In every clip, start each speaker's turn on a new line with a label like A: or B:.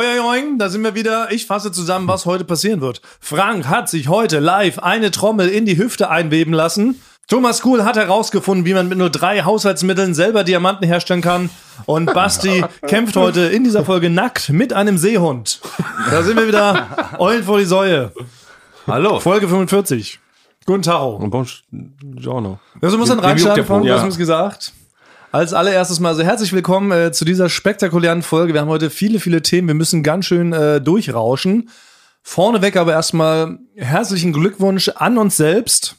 A: Boyoing, da sind wir wieder. Ich fasse zusammen, was heute passieren wird. Frank hat sich heute live eine Trommel in die Hüfte einweben lassen. Thomas Kuhl hat herausgefunden, wie man mit nur drei Haushaltsmitteln selber Diamanten herstellen kann. Und Basti kämpft heute in dieser Folge nackt mit einem Seehund. Da sind wir wieder. Eulen vor die Säue.
B: Hallo.
A: Folge 45. Guten Tag.
B: Buongiorno.
A: Ja, so muss dann
B: Wie- wie juckt
A: reinstarten,
B: der
A: Frank,
B: Punkt?
A: du hast
B: Ja.
A: uns gesagt. Als allererstes mal, also herzlich willkommen äh, zu dieser spektakulären Folge. Wir haben heute viele, viele Themen. Wir müssen ganz schön äh, durchrauschen. Vorneweg aber erstmal herzlichen Glückwunsch an uns selbst.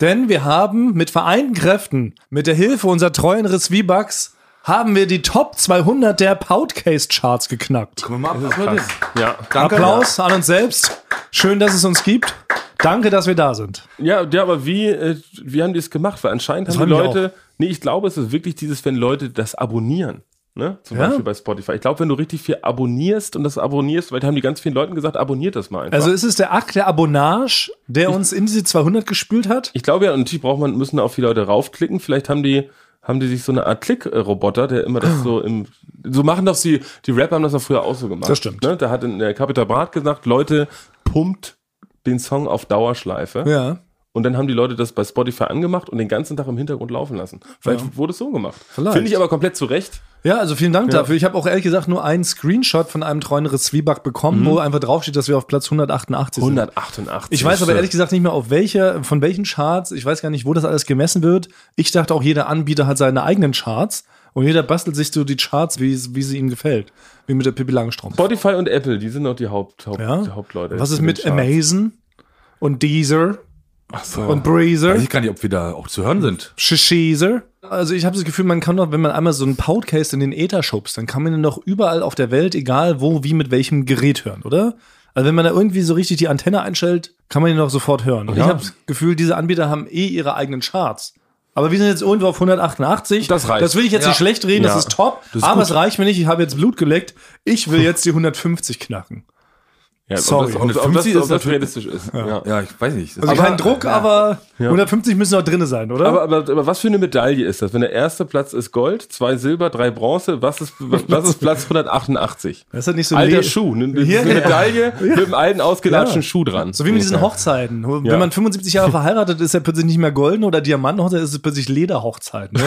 A: Denn wir haben mit vereinten Kräften, mit der Hilfe unserer treuen Resvibugs, haben wir die Top 200 der Podcast-Charts geknackt.
C: Guck mal ab, was war das?
B: Ja.
A: Applaus an uns selbst. Schön, dass es uns gibt. Danke, dass wir da sind.
B: Ja, ja, aber wie, äh, wie haben die es gemacht? Weil anscheinend haben die
A: haben die
B: Leute, nee, ich glaube, es ist wirklich dieses, wenn Leute das abonnieren. Ne? Zum
A: Ja.
B: Beispiel bei Spotify. Ich glaube, wenn du richtig viel abonnierst und das abonnierst, weil da haben die ganz vielen Leuten gesagt, abonniert das mal einfach.
A: Also ist es der Akt der Abonnage, der uns in diese 200 gespült hat?
B: ich glaube ja, und natürlich braucht man, müssen auch viele Leute raufklicken. Vielleicht haben die, haben die sich so eine Art Klick-Roboter, der immer das so im, so machen doch sie, die Rapper haben das doch früher auch so gemacht.
A: Das stimmt.
B: Ne? Da hat in der Capital Brat gesagt, Leute, pumpt den Song auf Dauerschleife.
A: Ja.
B: Und dann haben die Leute das bei Spotify angemacht und den ganzen Tag im Hintergrund laufen lassen. Vielleicht wurde es so gemacht.
A: Vielleicht.
B: Finde ich aber komplett zurecht.
A: Ja, also vielen Dank dafür. Ich habe auch ehrlich gesagt nur einen Screenshot von einem treuneres Zwieback bekommen, wo einfach draufsteht, dass wir auf Platz 188 sind.
B: 188.
A: Ich weiß aber ehrlich gesagt nicht mehr, auf welche, von welchen Charts, ich weiß gar nicht, wo das alles gemessen wird. Ich dachte auch, jeder Anbieter hat seine eigenen Charts und jeder bastelt sich so die Charts, wie, es- wie sie ihm gefällt. Wie mit der Pippi Langstrumpf.
B: Spotify und Apple, die sind noch die, Haupt, Haupt,
A: Ja?
B: die Hauptleute.
A: Was ist
B: in den
A: mit
B: Charts.
A: Amazon und Deezer
C: Achso.
A: und Breezer?
C: weiß ich gar nicht, ob wir da auch zu hören sind.
A: Shishizer. Also ich habe das Gefühl, man kann doch, wenn man einmal so einen Podcast in den Äther schubst, dann kann man ihn doch überall auf der Welt, egal wo, wie, mit welchem Gerät hören, oder? Also wenn man da irgendwie so richtig die Antenne einstellt, kann man ihn doch sofort hören. Und
B: Ja.
A: Ich habe das Gefühl, diese Anbieter haben eh ihre eigenen Charts. Aber wir sind jetzt irgendwo auf 188.
B: Das reicht.
A: Das will ich jetzt
C: Ja.
A: nicht schlecht reden,
B: Ja.
A: das ist top.
B: Das ist
A: aber
B: gut.
A: es reicht mir nicht, ich habe jetzt Blut geleckt. Ich will jetzt die 150 knacken.
B: Ja, ob
A: Sorry.
B: Das, ob das, ob das, ob
C: 150 ist
B: das
C: natürlich-
B: realistisch ist. Ja.
C: Ja, ich weiß nicht.
A: Also kein Druck, aber 150 müssen noch drin sein, oder?
B: Aber, aber, aber was für eine Medaille ist das? Wenn der erste Platz ist Gold, zwei Silber, drei Bronze, was ist, was, was ist Platz 188?
A: das ist halt nicht so
B: Alter
A: le-
B: Schuh, ne? eine,
A: Hier-
B: eine Medaille mit einem alten
A: Ja.
B: ausgelatschten Schuh dran.
A: So wie mit diesen Hochzeiten. Wenn man 75 Jahre verheiratet ist, ist ja plötzlich nicht mehr golden oder Diamantenhochzeit, ist es plötzlich Lederhochzeit. Ne?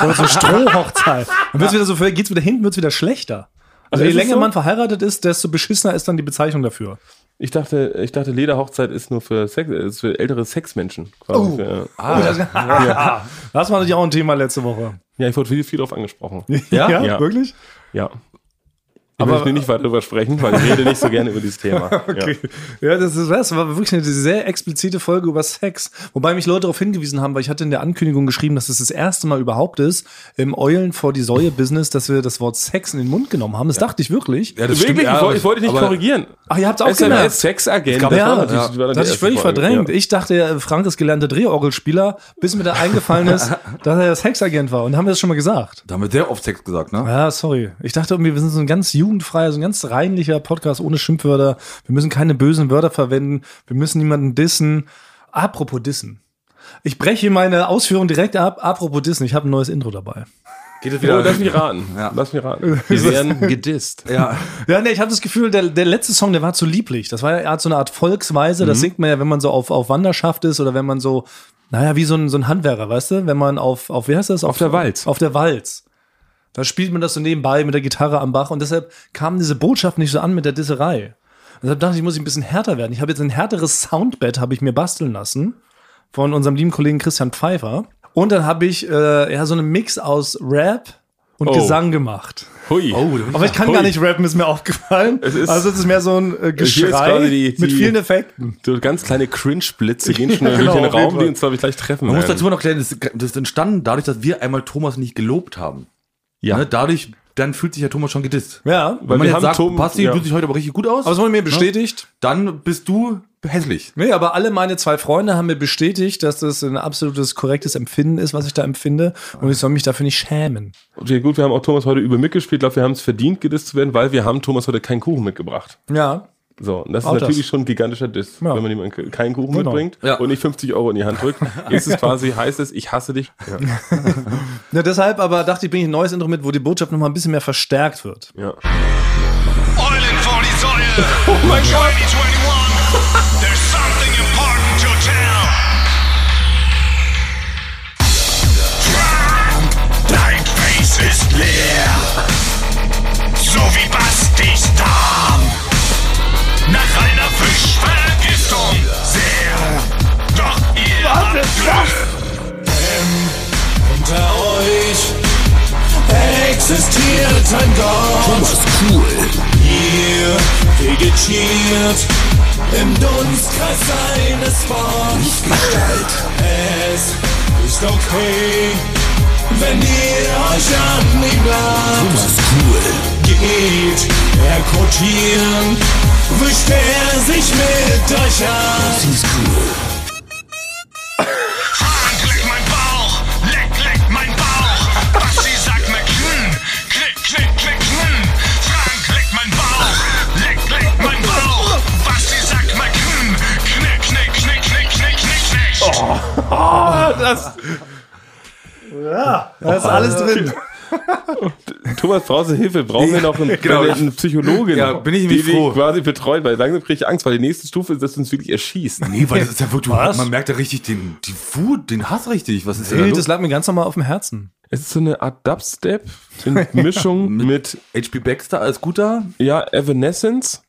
A: oder so Strohhochzeit. Dann wird's wieder so, geht's wieder hinten, wird's wieder schlechter. Also
B: Ist
A: je
B: es
A: länger
B: so?
A: man verheiratet ist, desto beschissener ist dann die Bezeichnung dafür.
B: Ich dachte, ich dachte, Lederhochzeit ist nur für, Sex, ist für ältere Sexmenschen. Quasi
A: Oh.
B: für,
C: Ah,
A: Das war natürlich auch ein Thema letzte Woche.
B: Ja, ich wurde viel, viel drauf angesprochen.
C: Ja?
B: Ja.
A: wirklich?
B: Ja.
A: Aber-
B: Aber ich will nicht weiter drüber sprechen, weil ich rede nicht so gerne über dieses Thema.
A: Okay. Ja, das, ist, das war wirklich eine sehr explizite Folge über Sex. Wobei mich Leute darauf hingewiesen haben, weil ich hatte in der Ankündigung geschrieben, dass es das erste Mal überhaupt ist, im Eulen vor die Säue-Business, dass wir das Wort Sex in den Mund genommen haben. Das dachte ich wirklich.
C: Ja,
B: Ja. Wirklich, ich,
C: aber-
B: wollte- ich wollte dich nicht
C: aber-
B: korrigieren.
A: Ach, ihr habt's auch gemerkt.
B: SMS Sexagent.
A: Ja,
B: natürlich-
A: ja. das
B: die war dann die
A: hatte ich
B: erste
A: völlig
B: Folge.
A: verdrängt.
B: Ja.
A: Ich dachte, der Frank ist gelernter Drehorgelspieler, bis mir da eingefallen ist, dass er das Hexagent war. Und haben wir das schon mal gesagt?
C: Da haben wir sehr oft Sex gesagt, ne?
A: Ja, sorry. Ich dachte irgendwie, wir sind so ein ganz jugendfreier, so ein ganz reinlicher Podcast ohne Schimpfwörter. Wir müssen keine bösen Wörter verwenden. Wir müssen niemanden dissen. Apropos dissen. Ich breche meine Ausführung direkt ab. Apropos dissen. Ich habe ein neues Intro dabei.
C: Geht es
B: Oh, lass mich raten. Lass mich raten. Wir werden gedisst.
C: Ja,
A: Ja, nee, ich habe das Gefühl, der, der letzte Song, der war zu lieblich. Das war ja er hat so eine Art Volksweise.
B: Mhm.
A: Das singt man ja, wenn man so auf, auf Wanderschaft ist oder wenn man so, naja, wie so ein, so ein Handwerker, weißt du? Wenn man auf, auf wie heißt das? Auf,
B: der Walz.
A: Auf der Walz. Da spielt man das so nebenbei mit der Gitarre am Bach und deshalb kam diese Botschaft nicht so an mit der Disserei. Deshalb dachte ich, muss ich ein bisschen härter werden. Ich habe jetzt ein härteres Soundbett, habe ich mir basteln lassen von unserem lieben Kollegen Christian Pfeiffer. Und dann habe ich äh, ja so einen Mix aus Rap und
B: Oh.
A: Gesang gemacht.
B: Hui.
A: Aber ich kann gar
B: Hui.
A: nicht rappen, ist mir aufgefallen.
B: ist-
A: also es ist mehr so ein äh,
B: Hier ist
A: Geschrei
B: gerade die-
A: mit
B: die-
A: vielen Effekten.
B: So ganz kleine Cringe-Blitze gehen schon
A: Ja,
B: durch
A: genau,
B: den
A: auf jeden
B: Raum,
A: Fall.
B: die uns, glaube ich, gleich treffen
C: man muss
B: werden.
C: dazu noch klären, das, das ist entstanden dadurch, dass wir einmal Thomas nicht gelobt haben. Ja. Ne? Dadurch, dann fühlt sich ja Thomas schon gedisst.
A: Ja,
C: Wenn
A: weil
C: man
B: wir
C: jetzt
B: haben
C: sagt,
B: Tom-
C: Basti,
B: ja.
C: du siehst heute aber richtig gut aus, ne,
A: aber es wurde mir bestätigt.
C: dann bist du hässlich.
A: Nee, aber alle meine zwei Freunde haben mir bestätigt, dass das ein absolutes korrektes Empfinden ist, was ich da empfinde. Und ich soll mich dafür nicht schämen.
B: Okay, gut, wir haben auch Thomas heute übel mitgespielt. Ich glaube, wir haben es verdient, gedisst zu werden, weil wir haben Thomas heute keinen Kuchen mitgebracht.
A: Ja.
B: So, und das ist
A: Auch das.
B: natürlich schon ein gigantischer Diss,
A: Ja.
B: wenn man jemandem keinen Kuchen
A: Genau.
B: mitbringt
C: Ja.
B: und nicht 50 Euro in die Hand drückt. Ist es quasi, heißt es, ich hasse dich.
A: ja. Deshalb aber dachte ich, bringe ich ein neues Intro mit, wo die Botschaft nochmal ein bisschen mehr verstärkt wird.
B: Ja.
D: Eulen
B: mein Gott.
D: 2021, there's something important to tell. Dein Face ist leer, so wie Bastis Darm. Nach einer Fischvergiftung sehr, doch ihr habt Glück.
E: Unter euch existiert ein Gott. Thomas Cool. Hier vegetiert im Dunstkreis seines Lichtgestalt. Es ist okay, wenn ihr euch an ihm bleibt. Thomas Cool. Geht, rekrutieren, wischt er sich mit euch ab.
D: Frank, leck mein Bauch, leck, leck mein Bauch. Basti sagt McClin, klick, klick, klick, hm. Frank, leck mein Bauch, leck, leck mein Bauch. Basti sagt McClin, knick, knick, knick, knick, knick, knick, knick.
A: Da ist alles drin.
B: Thomas, brauchst du Hilfe? Brauchen wir noch einen,
C: genau.
B: einen Psychologen?
C: Ja, bin ich
B: die,
C: nämlich froh.
B: Die quasi betreut, weil langsam kriege ich Angst, weil die nächste Stufe ist, dass du uns wirklich erschießt.
C: Nee, weil das ist ja wirklich,
A: Was?
C: man merkt ja richtig den, die Wut, den Hass richtig. Was ist denn da
A: Das
C: los?
A: lag mir ganz normal auf dem Herzen.
B: Es ist so eine Art Dubstep in Mischung mit,
C: HP Baxter als guter?
B: ja, Evanescence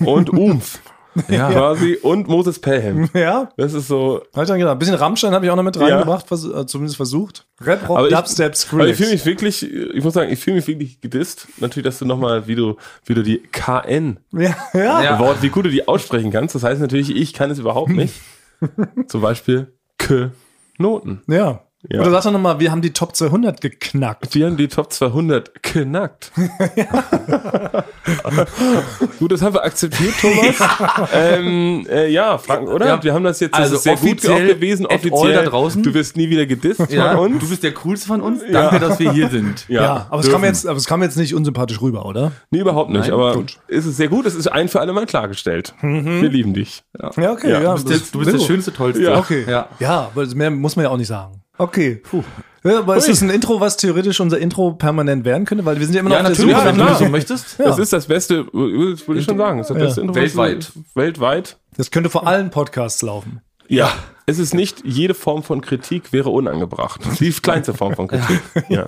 B: und Umf.
C: Ja.
B: Quasi und Moses Pelham.
A: Ja,
B: Das ist so.
A: Hab ich dann gedacht. Ein bisschen Rammstein habe ich auch noch mit reingebracht, vers äh, zumindest versucht. Rap, Rock,
B: Aber ich-
A: Dubstep,
B: Aber ich
A: Skrillex.
B: fühle mich wirklich, ich muss sagen, ich fühle mich wirklich gedisst. Natürlich, dass du nochmal, wie du, wie du die KN
A: ja, ja.
C: Ja.
B: Wort, wie gut du die aussprechen kannst. Das heißt natürlich, ich kann es überhaupt nicht. Zum Beispiel Knoten.
A: ja.
B: Ja.
A: Oder sag doch nochmal, wir haben die Top 200 geknackt.
B: Wir haben die Top 200 knackt. gut, das haben wir akzeptiert, Thomas. ähm, äh, ja, Frank, oder?
C: Ja.
B: Wir haben das jetzt das
C: Also
B: ist sehr gut
C: offiziell
B: auch gewesen,
C: at all
B: offiziell.
C: da draußen.
B: Du wirst nie wieder gedisst
C: Ja,
B: von uns.
C: du bist der coolste von uns. Danke, dass wir hier sind.
A: Ja, aber, es
B: dürfen.
A: kam jetzt, aber es kam jetzt nicht unsympathisch rüber, oder?
B: Nee, überhaupt nicht,
C: Nein,
B: aber
A: gut.
B: es ist sehr gut, es ist ein für alle Mal klargestellt.
A: Mhm.
B: Wir lieben dich.
A: Ja, okay.
B: Ja,
C: Du bist, der, du bist der
A: Bingo.
C: schönste, tollste.
B: Ja.
A: Okay.
C: Ja.
A: Ja, aber das mehr muss man ja auch nicht sagen. Okay. Ja, aber ist das ein Intro, was theoretisch unser Intro permanent werden könnte? Weil wir sind ja immer noch
C: Ja, natürlich,
B: Ja,
A: auf der
C: wenn
A: Suche.
C: du
B: klar.
C: das so möchtest.
B: Das ist das beste, das würde ich schon sagen, das ist das
A: Ja.
B: beste Intro, was-
C: Weltweit.
B: Weltweit.
A: Das könnte vor allen Podcasts laufen.
B: Ja. Es ist nicht, jede Form von Kritik wäre unangebracht. Die kleinste Form von Kritik. Ja.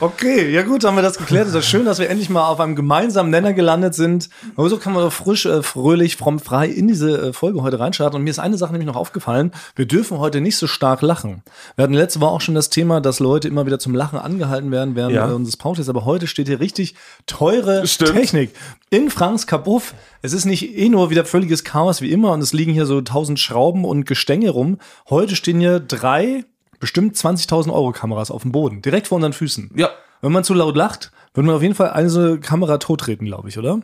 A: Okay, ja gut, haben wir das geklärt. Ist das schön, dass wir endlich mal auf einem gemeinsamen Nenner gelandet sind. Aber so kann man doch frisch, äh, fröhlich, fromm, frei in diese äh, Folge heute reinstarten. Und mir ist eine Sache nämlich noch aufgefallen. Wir dürfen heute nicht so stark lachen. Wir hatten letzte Woche auch schon das Thema, dass Leute immer wieder zum Lachen angehalten werden während
B: Ja.
A: äh, unseres Pauses. Aber heute steht hier richtig teure
B: Stimmt.
A: Technik. In Franks Kabuff. Es ist nicht eh nur wieder völliges Chaos wie immer und es liegen hier so tausend Schrauben und Gestänge rum. Heute stehen hier drei, bestimmt 20.000 Euro Kameras auf dem Boden, direkt vor unseren Füßen.
C: Ja.
A: Wenn man zu laut lacht, wird man auf jeden Fall eine so Kamera totreten, glaube ich, oder?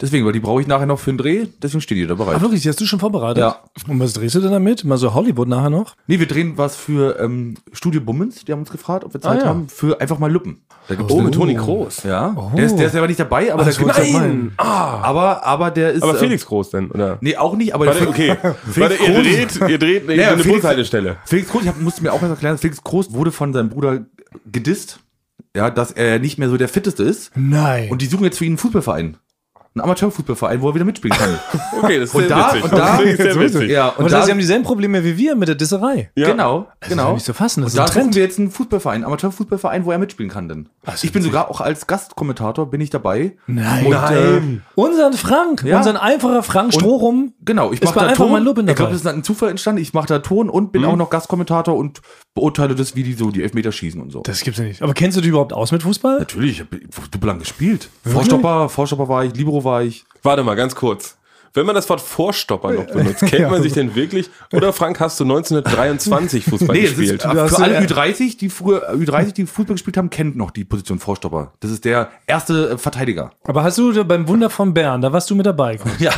C: Deswegen, weil die brauche ich nachher noch für den Dreh. Deswegen steht ihr da bereit.
A: Ach wirklich, die hast du schon vorbereitet?
C: Ja.
A: Und was drehst du denn damit? Mal so Hollywood nachher noch?
C: Nee, wir drehen was für ähm, Studio Bummens. Die haben uns gefragt, ob wir Zeit
A: Ah, ja.
C: haben für einfach mal Luppen. Da gibt's
B: Oh,
C: eine-
B: mit Toni Groß.
C: Ja. Der, ist, der ist selber nicht dabei, aber,
A: das
C: der,
A: wollte ich ja
C: nein. Ah. aber, aber der ist.
B: Aber
C: äh,
B: Felix Groß denn, oder?
C: Nee, auch nicht, aber
B: Warte, okay. Warte, ihr
C: Groß-
B: dreht, ihr dreht nee,
C: Naja,
B: eine
C: Felix-
B: Bushaltestelle.
C: Felix Groß, ich hab, musste mir auch erst erklären, Felix Groß wurde von seinem Bruder gedisst, ja, dass er nicht mehr so der Fitteste ist.
A: Nein.
C: Und die suchen jetzt für ihn einen Fußballverein. Einen Amateurfußballverein, wo er wieder mitspielen kann.
B: Okay, das ist
C: Und da- und da-
B: das ist sehr witzig.
C: ja,
A: und das heißt, sie haben dieselben Probleme wie wir mit der Disserei.
B: Ja.
C: Genau,
A: ist
C: genau.
A: ja nicht zu fassen, das
C: und da
A: ist ein Trend.
C: suchen wir jetzt einen Fußballverein, Amateurfußballverein, wo er mitspielen kann denn. ich bin sogar auch als Gastkommentator bin ich dabei.
A: Nein.
C: Und, äh,
A: Nein. Unseren Frank,
C: Ja.
A: unseren einfacher Frank Strohrum.
C: Äh, genau, ich
A: Ist
C: mache
A: bei
C: da
A: einfach
C: Ton.
A: mal Lupin
C: ich glaube,
A: dabei.
C: das ist ein Zufall entstanden. Ich mache da Ton und
A: Hm?
C: bin auch noch Gastkommentator und beurteile das, wie die so die Elfmeter schießen und so.
A: Das gibt's ja nicht. Aber kennst du dich überhaupt aus mit Fußball?
C: Natürlich, ich hab dubbelang gespielt. Vorstopper, Vorstopper war ich, Libero war ich.
B: Warte mal, ganz kurz. Wenn man das Wort Vorstopper noch benutzt, kennt man sich denn wirklich? Oder Frank, hast du 1923 Fußball
C: Nee, das
B: gespielt?
C: ist,
A: hast
C: für
A: du-
C: alle Ü30, die früher Ü30, die Fußball gespielt haben, kennt noch die Position Vorstopper. Das ist der erste äh, Verteidiger.
A: Aber hast du beim Wunder von Bern, da warst du mit dabei.
C: Ja.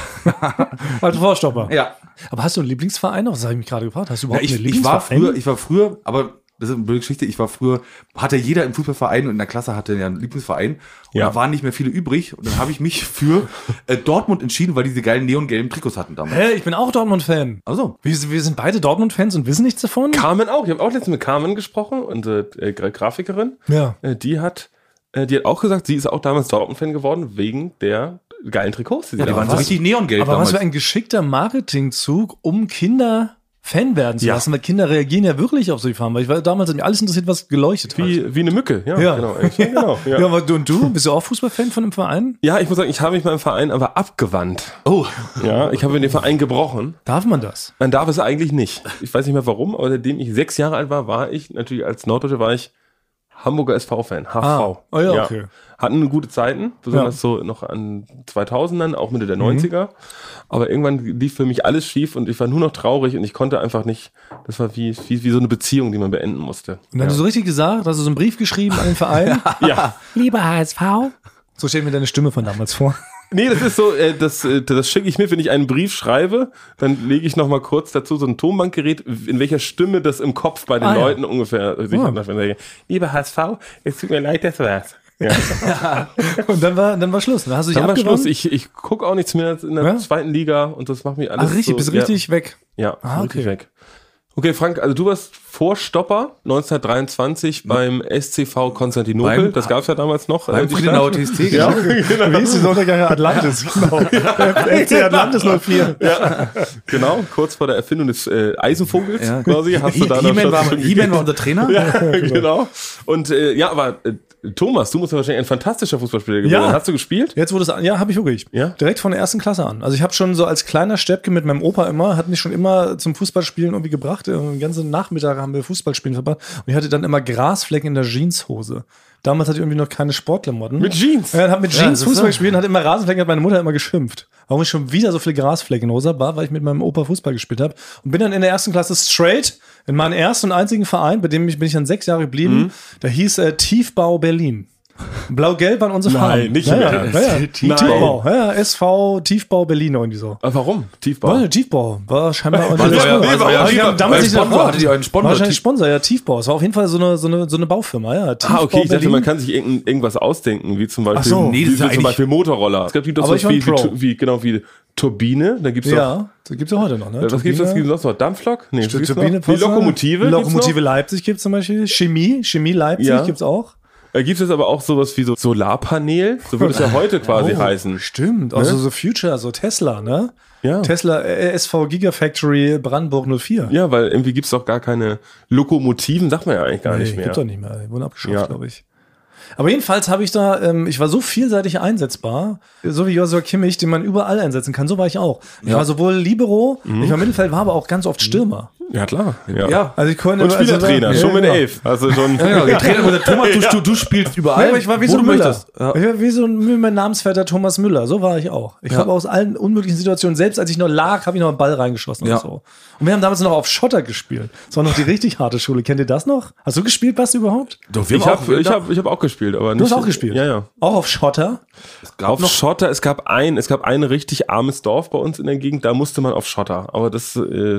A: Als Vorstopper.
C: ja.
A: Aber hast du einen Lieblingsverein noch? Das habe ich mich gerade gefragt. Hast du
C: Ja,
A: überhaupt
C: ich,
A: einen
C: ich war
A: Lieblingsverein?
C: früher, ich war früher, aber das ist eine blöde Geschichte, ich war früher, hatte jeder im Fußballverein und in der Klasse hatte ja einen Lieblingsverein und
B: Ja.
C: da waren nicht mehr viele übrig und dann habe ich mich für äh, Dortmund entschieden, weil diese geilen neongelben Trikots hatten damals.
A: Hä, ich bin auch Dortmund-Fan.
C: Also,
A: Wir, wir sind beide Dortmund-Fans und wissen nichts davon?
B: Carmen auch. Ich habe auch letztens mit Carmen gesprochen, unsere äh, Gra- Grafikerin.
A: Ja.
B: Äh, die hat, äh, die hat auch gesagt, sie ist auch damals Dortmund-Fan geworden wegen der geilen Trikots. Die
C: Ja,
B: sie
C: die waren
B: haben.
C: so
A: was-
C: richtig neongelb
A: Aber was
C: damals.
A: für ein geschickter Marketingzug, um Kinder Fan werden zu
B: Ja.
A: lassen, weil Kinder reagieren ja wirklich auf so die Farben. Weil ich war, damals hat mich alles interessiert, was geleuchtet hat.
B: wie, wie eine Mücke, ja,
A: Ja.
B: genau. eigentlich. Ja, genau
A: Ja,
B: ja.
A: aber du und du, bist du auch Fußballfan von einem Verein?
B: ja, ich muss sagen, ich habe mich meinem Verein aber abgewandt.
C: Oh,
B: Ja, ich habe in den Verein gebrochen.
A: Darf man das?
B: Man darf es eigentlich nicht. Ich weiß nicht mehr warum, aber seitdem ich sechs Jahre alt war, war ich natürlich als Norddeutsche war ich Hamburger SV-Fan, HV.
A: Ah, oh ja, okay.
B: Hatten gute Zeiten, besonders so noch an 2000ern, auch Mitte der 90er. Aber irgendwann lief für mich alles schief und ich war nur noch traurig und ich konnte einfach nicht, das war wie, wie, wie so eine Beziehung, die man beenden musste.
A: Und dann hast du so richtig gesagt, hast du so einen Brief geschrieben an den Verein.
B: Ja.
A: Lieber HSV. So steht mir deine Stimme von damals vor.
B: Nee, das ist so, äh, das, äh, das schicke ich mir, wenn ich einen Brief schreibe, dann lege ich noch mal kurz dazu so ein Tonbandgerät, in welcher Stimme das im Kopf bei den
A: Ah, ja.
B: Leuten ungefähr sich
A: Ah.
B: anhört, wenn ich sage, Lieber HSV, es tut mir leid, das war's. Ja,
A: Und dann war, dann war Schluss. Dann hast du dich
B: dann war
A: abgewandt.
B: Schluss. Ich, ich gucke auch nichts mehr in der
A: Ja?
B: zweiten Liga und das macht mich alles
A: Ach, richtig,
B: so,
A: bist
B: ja,
A: richtig weg.
B: Ja,
A: Ah,
B: richtig
A: okay.
B: weg. Okay, Frank, also du warst Vorstopper
A: Hm.
B: 1923 beim SCV Konstantinopel.
C: Beim-
B: das gab's ja damals noch. äh,
C: beim
B: Die
C: Friedenauer
B: Stadt-
C: TST, genau.
A: Wie hieß die Sondergänge Atlantis? Genau. FC Atlantis 04.
B: Genau, kurz vor der Erfindung des äh, Eisenvogels
C: Ja.
B: quasi. Hast du da noch
C: E-Man war,
B: schon
C: E-Man war unser Trainer.
B: gegeben. genau. Und äh, ja, aber äh, Thomas, du musst ja wahrscheinlich ein fantastischer Fußballspieler gewesen
A: Ja.
B: sein. Hast du gespielt?
A: Jetzt wurde es, ja, habe ich wirklich.
B: Ja?
A: Direkt von der ersten Klasse an. Also ich habe schon so als kleiner Steppke mit meinem Opa immer, hat mich schon immer zum Fußballspielen irgendwie gebracht. Äh, Den ganzen Nachmittag haben wir Fußballspielen verbracht. Und ich hatte dann immer Grasflecken in der Jeanshose. Damals hatte ich irgendwie noch keine Sportklamotten.
B: Mit Jeans?
A: Ja, hat mit
C: Ja,
A: Jeans
C: das ist
A: Fußball
C: so.
A: gespielt und hat immer Rasenflecken, hat meine Mutter immer geschimpft. Warum ich schon wieder so viele Grasflecken in rosa war, weil ich mit meinem Opa Fußball gespielt habe. Und bin dann in der ersten Klasse straight in meinen ersten und einzigen Verein, bei dem ich, bin ich dann sechs Jahre geblieben.
B: Mhm.
A: Da hieß äh, Tiefbau Berlin. Blau-Gelb waren unsere Farben.
B: nicht
A: ja,
B: im
A: ja,
B: Ernst.
A: ja, ja.
C: Nein.
A: Tiefbau, ja, ja, SV Tiefbau Berlin irgendwie so.
B: Aber warum? Tiefbau.
A: War ja Tiefbau, war scheinbar euer
C: war ja- war ja-
A: ich
C: war
A: hab damals
C: ja
A: nicht
C: Sponsor,
A: nachgefragt.
C: hattet ihr einen Sponsor?
A: Wahrscheinlich
C: Tief-
A: Sponsor, ja, Tiefbau. Es war auf jeden Fall so eine, so eine, so eine Baufirma, ja. Tiefbau
B: Ah, okay, ich dachte,
A: Berlin.
B: man kann sich irgend, irgendwas ausdenken, wie zum Beispiel,
A: Ach so.
B: nee,
C: Nee,
B: wie,
C: das ist ja
B: wie zum
C: eigentlich-
B: Beispiel Motorroller. Es gibt gibt doch
A: Aber ich
B: so
A: war ein
B: wie, wie,
A: Pro.
B: Tu- wie, genau, wie Turbine, da gibt's doch,
A: Ja, das gibt's ja heute noch, ne?
B: äh, was gibt's, was
A: Turbine.
B: gibt's sonst noch? Dampflok? Nee, was gibt's noch?
A: Turbine
B: Die Lokomotive? gibt's noch?
A: Lokomotive Leipzig gibt es zum Beispiel. Chemie, Chemie Leipzig
B: Ja.
A: gibt's auch.
B: Äh, Gibt es aber auch sowas wie so Solarpanel? So würde es ja heute quasi heißen.
A: Oh, Stimmt. Also so Future, so Tesla, ne?
B: Ja.
A: Tesla äh, SV Gigafactory Brandenburg 04.
B: Ja, weil irgendwie gibt's doch gar keine Lokomotiven, sagt man ja eigentlich gar
A: Nee,
B: nicht mehr.
A: Gibt doch nicht mehr. Die wurden abgeschafft,
B: Ja.
A: glaube ich. Aber jedenfalls habe ich da, ähm, ich war so vielseitig einsetzbar, so wie Joshua Kimmich, den man überall einsetzen kann. So war ich auch. Ich war sowohl Libero,
B: Mhm.
A: ich war Mittelfeld, war aber auch ganz oft Stürmer.
B: Ja, klar. Ja.
C: Ja.
A: Also ich konnte
B: Mhm. Und Spielertrainer,
A: also,
B: schon mit
A: genau.
B: elf. Also schon.
C: Genau, der Trainer wurde Thomas, du, du, du spielst überall.
A: Ja, aber ich war wie
C: wo
A: so
C: du
A: ein Müller.
C: möchtest. Ja.
A: Ich war wie so ein, mein Namensvetter Thomas Müller. So war ich auch. Ich habe aus allen unmöglichen Situationen, selbst als ich noch lag, habe ich noch einen Ball reingeschossen
C: Ja.
A: und so. Und wir haben damals noch auf Schotter gespielt. Das war noch die richtig harte Schule. Kennt ihr das noch? Hast du gespielt, Basti, überhaupt?
C: Doch, wir
B: Ich
C: haben auch-
B: habe ich hab, ich hab auch gespielt, aber nicht.
A: Du hast auch gespielt.
B: Ja, ja.
A: Auch auf Schotter.
B: Auf Schotter, es gab ein, es gab ein richtig armes Dorf bei uns in der Gegend, da musste man auf Schotter. Aber das, äh,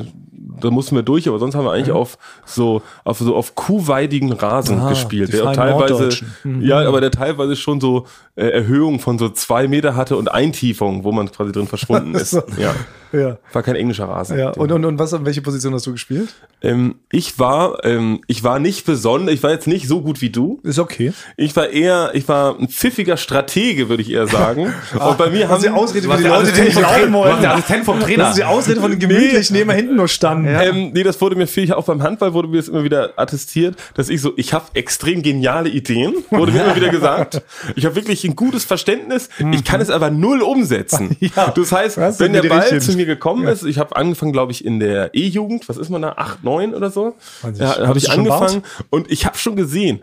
B: da mussten wir durch, aber sonst haben wir eigentlich auf so, auf so auf kuhweidigen Rasen
A: Ah,
B: gespielt.
A: die
B: Der auch
A: feinen
B: teilweise,
A: Norddeutschen. Mhm.
B: ja, aber der teilweise schon so äh, Erhöhungen von so zwei Meter hatte und Eintiefungen, wo man quasi drin verschwunden ist.
A: So.
B: Ja.
A: Ja.
B: War kein englischer Rasen.
A: Ja. Und, und, und was, in welche Position hast du gespielt?
B: ähm, ich war, ähm, ich war nicht besonders, ich war jetzt nicht so gut wie du.
A: Ist okay.
B: Ich war eher, ich war ein pfiffiger Stratege, würde ich eher sagen. Und bei mir haben
A: Das ist Also die Ausrede,
C: warst
A: die
C: der
A: Leute
C: Assistent
A: nicht
C: vom
A: glauben
C: Trainer. Du warst
A: wollen.
C: der Assistent vom Trainer.
A: Das ist die Ausrede von den Gemütlichen, die immer hinten nur standen.
B: Ähm, nee, das wurde mir viel, auch beim Handball wurde mir das immer wieder attestiert, dass ich so, ich habe extrem geniale Ideen, wurde mir immer wieder gesagt. Ich habe wirklich ein gutes Verständnis, ich kann es aber null umsetzen.
A: Ja,
B: das heißt,
A: das sind
B: wenn der
A: die
B: Ball
A: richtigen.
B: zu mir gekommen ist, ich habe angefangen, glaube ich, in der E-Jugend, was ist man da, 8, 9 oder so,
A: Wahnsinn.
B: ja, habe
A: Hattest
B: ich
A: du schon Bart?
B: angefangen und ich habe schon gesehen,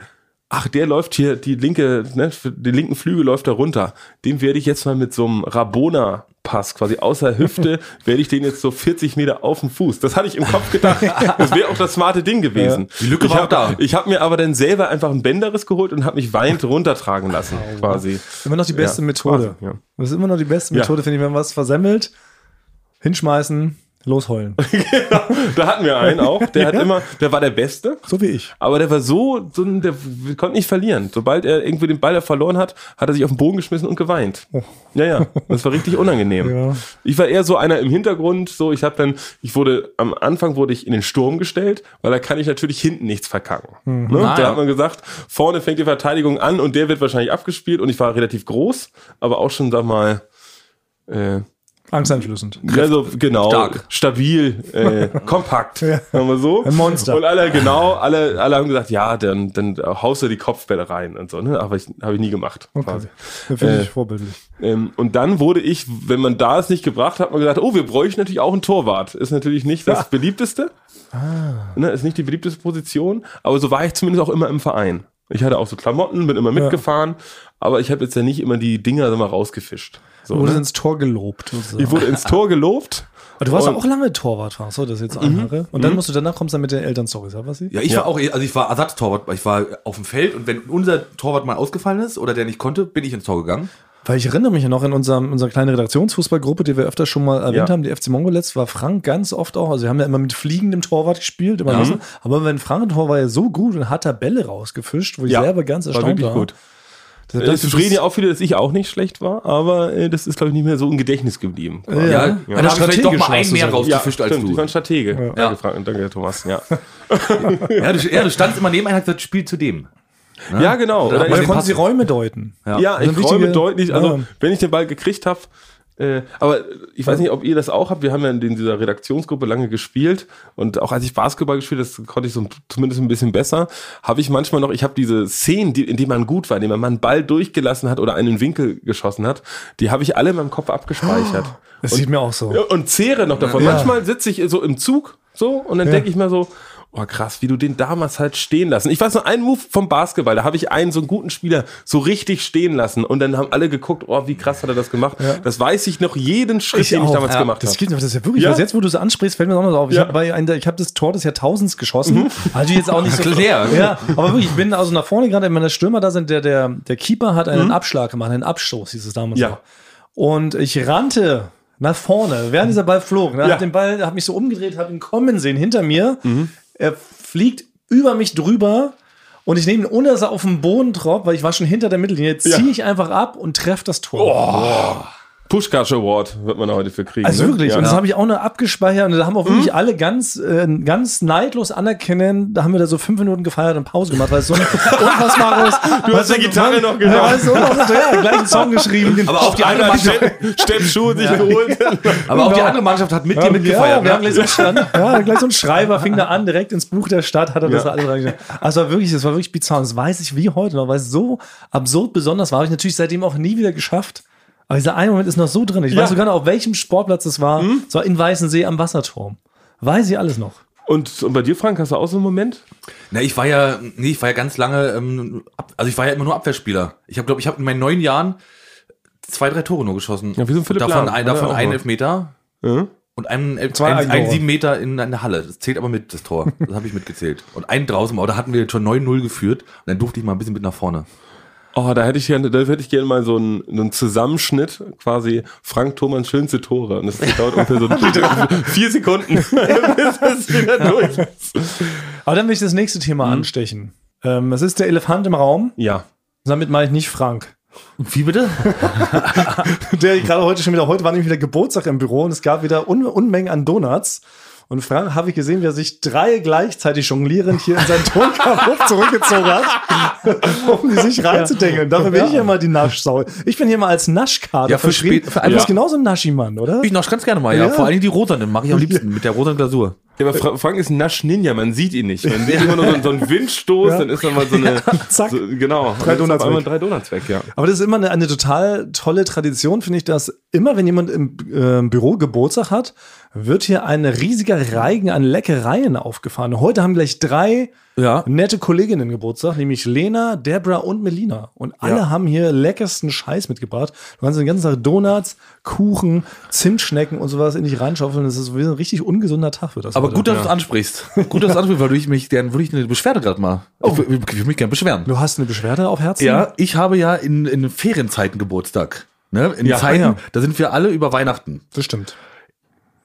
B: Ach, der läuft hier, die linke, ne, für den linken Flügel läuft da runter. Dem werde ich jetzt mal mit so einem Rabona-Pass quasi außer Hüfte, werde ich den jetzt so 40 Meter auf den Fuß. Das hatte ich im Kopf gedacht. Das wäre auch das smarte Ding gewesen.
C: Die Lücke
B: ich
C: war
B: hab,
C: da.
B: Ich habe mir aber dann selber einfach einen Bänderriss geholt und habe mich weinend runtertragen lassen, quasi.
A: Immer noch die beste
B: Ja,
A: Methode.
B: quasi, ja.
A: Das ist immer noch die beste
B: Ja.
A: Methode, finde ich, wenn man was versemmelt, hinschmeißen, losheulen.
B: Da hatten wir einen auch, der hat
A: Ja.
B: immer, der war der Beste.
A: So wie ich.
B: Aber der war so, so ein- der w- konnte nicht verlieren. Sobald er irgendwie den Ball verloren hat, hat er sich auf den Boden geschmissen und geweint. Ja, ja. Das war richtig unangenehm.
A: Ja.
B: Ich war eher so einer im Hintergrund, so ich habe dann, ich wurde, am Anfang wurde ich in den Sturm gestellt, weil da kann ich natürlich hinten nichts verkacken. Ne?
C: Ah,
B: Da
C: ja.
B: hat man gesagt, vorne fängt die Verteidigung an und der wird wahrscheinlich abgespielt und ich war relativ groß, aber auch schon, sag mal, äh,
A: Angsteinflößend.
B: also genau,
C: Stark.
B: stabil, äh, kompakt,
A: Ja.
B: sagen wir so.
A: Ein Monster.
B: Und alle genau, alle, alle haben gesagt, ja, dann, dann haust du die Kopfbälle rein und so. Ne? Aber ich habe ich nie gemacht.
A: Okay.
B: quasi.
A: Finde ich
B: Äh,
A: vorbildlich.
B: Ähm, und dann wurde ich, wenn man da es nicht gebracht hat, man gesagt, oh, wir bräuchten natürlich auch einen Torwart. Ist natürlich nicht das beliebteste.
A: Ah.
B: Ne, ist nicht die beliebteste Position, aber so war ich zumindest auch immer im Verein. Ich hatte auch so Klamotten, bin immer mitgefahren, aber ich habe jetzt ja nicht immer die Dinger mal rausgefischt. So,
A: Wurde
B: ne?
A: ins Tor gelobt.
B: Ich wurde ins Tor gelobt.
A: Aber du warst ja
B: Und-
A: auch lange Torwart, warst du das jetzt andere? Und dann musst du danach kommst du dann mit den Eltern Stories, was sie?
C: Ja, ich war auch, also ich war Ersatztorwart, ich war auf dem Feld und wenn unser Torwart mal ausgefallen ist oder der nicht konnte, bin ich ins Tor gegangen.
A: Weil ich erinnere mich ja noch in unserem, unserer kleinen Redaktionsfußballgruppe, die wir öfter schon mal erwähnt
B: Ja.
A: haben, die FC Mongolets, war Frank ganz oft auch. Also wir haben ja immer mit fliegendem Torwart gespielt, immer müssen. aber wenn Frank ein Tor war ja so gut und hat da Bälle rausgefischt, wo ich selber ganz
B: war
A: erstaunt
B: wirklich
A: war.
B: gut.
A: Da dachte
B: Das
A: ich,
B: reden
A: das-
B: ja auch viele, dass ich auch nicht schlecht war, aber äh, das ist, glaube ich, nicht mehr so im Gedächnis geblieben.
A: Ja,
C: Ja,
A: ja.
C: ja. da habe ich vielleicht doch mal
A: Strategisch
C: einen mehr
A: hast du
B: Ja,
C: rausgefischt Äh, als
B: stimmt, ich war
C: du.
B: ein Stratege. Ja. Danke,
C: Ja.
B: Frank, danke, Herr Thomas. Ja,
C: Ja, du, ja, du standst immer neben einem und hast gesagt, spiel zu dem.
B: ja genau.
C: Da
B: Oder-
C: Ne? hat
A: Weil
C: man
A: da
C: den
A: konnten
C: Pass-
A: sie Räume deuten.
B: Ja,
A: Also
B: ich
A: ein
B: räume
A: wichtiger-
B: deutlich. Also,
A: ja.
B: wenn ich den Ball gekriegt habe, äh, aber ich weiß nicht, ob ihr das auch habt. Wir haben ja in dieser Redaktionsgruppe lange gespielt und auch als ich Basketball gespielt, das konnte ich so zumindest ein bisschen besser, habe ich manchmal noch, ich habe diese Szenen, die, in denen man gut war, in denen man einen Ball durchgelassen hat oder einen Winkel geschossen hat, die habe ich alle in meinem Kopf abgespeichert.
A: Das
B: Und-
A: sieht mir auch so.
B: ja, Und zehre noch davon.
A: Oh. Ja.
B: Manchmal sitze ich so im Zug so und dann denke ich mir so, oh krass, wie du den damals halt stehen lassen. Ich weiß noch einen Move vom Basketball, da habe ich einen so einen guten Spieler so richtig stehen lassen und dann haben alle geguckt, oh, wie krass hat er das gemacht. Das weiß ich noch jeden Schritt, den ich
A: auch.
B: damals
A: ja.
B: gemacht
A: das
B: habe.
A: geht mir, das ist ja wirklich.
B: Ja.
A: was. Jetzt, wo du es ansprichst, fällt mir das auch noch so auf. Ich
B: Ja. Mhm.
A: habe hab das Tor des Jahrtausends geschossen. Also jetzt auch nicht so
C: Klar.
A: Ja, aber wirklich, ich bin also nach vorne gerade, wenn meine Stürmer da sind, der, der, der Keeper hat einen Abschlag gemacht, einen Abstoß, hieß es damals.
B: Mhm. Ja.
A: noch. Und ich rannte nach vorne, während dieser Ball flog. Ne?
B: Ja. Mhm.
A: Hab den Ball, hab mich so umgedreht, hab ihn kommen sehen hinter mir. Er fliegt über mich drüber. Und ich nehme ihn, ohne dass er auf den Boden tropft, weil ich war schon hinter der Mittellinie, ziehe ich einfach ab und treffe das Tor.
B: Pushkash Award wird man da heute für kriegen.
A: Also
B: ne?
A: wirklich,
B: Ja. Mhm.
A: und das habe ich auch noch abgespeichert und da haben auch wirklich alle ganz, äh, ganz neidlos anerkennen, da haben wir da so fünf Minuten gefeiert und Pause gemacht, weil es so ein unfassbares... Du
B: hast die Gitarre noch genommen.
A: Ja, also- weil es so unfassbar, ja, gleich einen Song geschrieben.
C: Aber auch die andere
B: Einer hat
C: Mannschaft,
B: Stepp- Steppschuhe sich geholt.
C: aber auch die andere Mannschaft hat mit dir
A: ja,
C: mitgefeiert.
A: wir haben
C: ne?
A: gleich so, einen Schreiber- ja, gleich so ein Schreiber fing da an, direkt ins Buch der Stadt hat er das
B: Ja.
A: alles reingeschrieben. Also war wirklich, das war wirklich bizarr. Und das weiß ich wie heute noch, weil es so absurd besonders war. Habe ich natürlich seitdem auch nie wieder geschafft. Aber dieser eine Moment ist noch so drin. Ich weiß sogar noch, auf welchem Sportplatz es war.
B: Mhm.
A: Es war in Weißensee am Wasserturm. Weiß ich alles noch.
B: Und, und bei dir, Frank, hast du auch so einen Moment?
C: Na, ich war ja, nee, ich war ja ganz lange, ähm, ab, also ich war ja immer nur Abwehrspieler. Ich habe, glaube ich, habe in meinen neun Jahren zwei, drei Tore nur geschossen.
B: Ja, wie so ein Philipp
C: davon
B: Lahm,
C: ein,
B: hat er
C: davon
B: auch
C: einen
B: mal.
C: Elfmeter
B: Ja.
C: und einen, El-
A: Zwei
C: ein,
A: Eigentore.
C: einen sieben Meter in einer Halle. Das zählt aber mit, das Tor. Das habe ich mitgezählt. Und einen draußen, aber da hatten wir schon 9-0 geführt und dann durfte ich mal ein bisschen mit nach vorne.
B: Oh, da hätte ich gerne, da hätte ich gerne mal so einen, einen Zusammenschnitt, quasi Frank Thomann schönste Tore. Und das dauert ungefähr so vier Sekunden, bis es wieder durch ist.
A: Aber dann will ich das nächste Thema
B: Mhm.
A: anstechen. Ähm, es ist der Elefant im Raum.
B: Ja.
A: Damit meine ich nicht Frank.
C: Wie bitte?
A: Der ich gerade heute schon wieder, heute war nämlich wieder Geburtstag im Büro und es gab wieder Un Unmengen an Donuts. Und Frank habe ich gesehen, wie er sich drei gleichzeitig jonglierend hier in seinen Tonkabuff zurückgezogen hat, um die sich reinzudengeln. Dafür bin ich ja mal die Naschsau. Ich bin hier mal als Naschkarte
C: Ja, für
A: verschrieben.
C: spät- für-
A: Du bist
B: ja.
A: genauso ein Naschimann, oder?
C: Ich noch ganz gerne mal, ja.
A: Ja.
C: Vor allem die roten, den mache ich am liebsten mit der roten Glasur.
B: ja aber Fra Frank ist ein Nasch-Ninja, man sieht ihn nicht. Man sieht immer nur so, einen- so einen Windstoß, dann ist dann mal so eine.
A: Zack.
B: So, genau.
A: Drei Donuts
B: Einmal
A: weg.
B: drei Donuts weg, ja.
A: Aber das ist immer eine, eine total tolle Tradition, finde ich, dass immer, wenn jemand im äh, Büro Geburtstag hat, wird hier ein riesiger Reigen an Leckereien aufgefahren. Heute haben gleich drei
C: Ja.
A: nette Kolleginnen Geburtstag, nämlich Lena, Debra und Melina. Und alle haben hier leckersten Scheiß mitgebracht. Du kannst den ganzen Tag Donuts, Kuchen, Zimtschnecken und sowas in dich reinschaufeln. Das ist wie ein richtig ungesunder Tag für das.
C: Aber
A: heute.
C: gut, dass du es ansprichst. Gut, dass du es ansprichst, weil du ich mich, dann würde ich eine Beschwerde gerade mal. Oh. Ich, wür- ich würde mich gerne beschweren.
A: Du hast eine Beschwerde auf Herzen?
C: Ja, ich habe ja in, in Ferienzeiten Geburtstag. Ne? In Zeiten,
A: ja.
C: da sind wir alle über Weihnachten.
A: Das stimmt.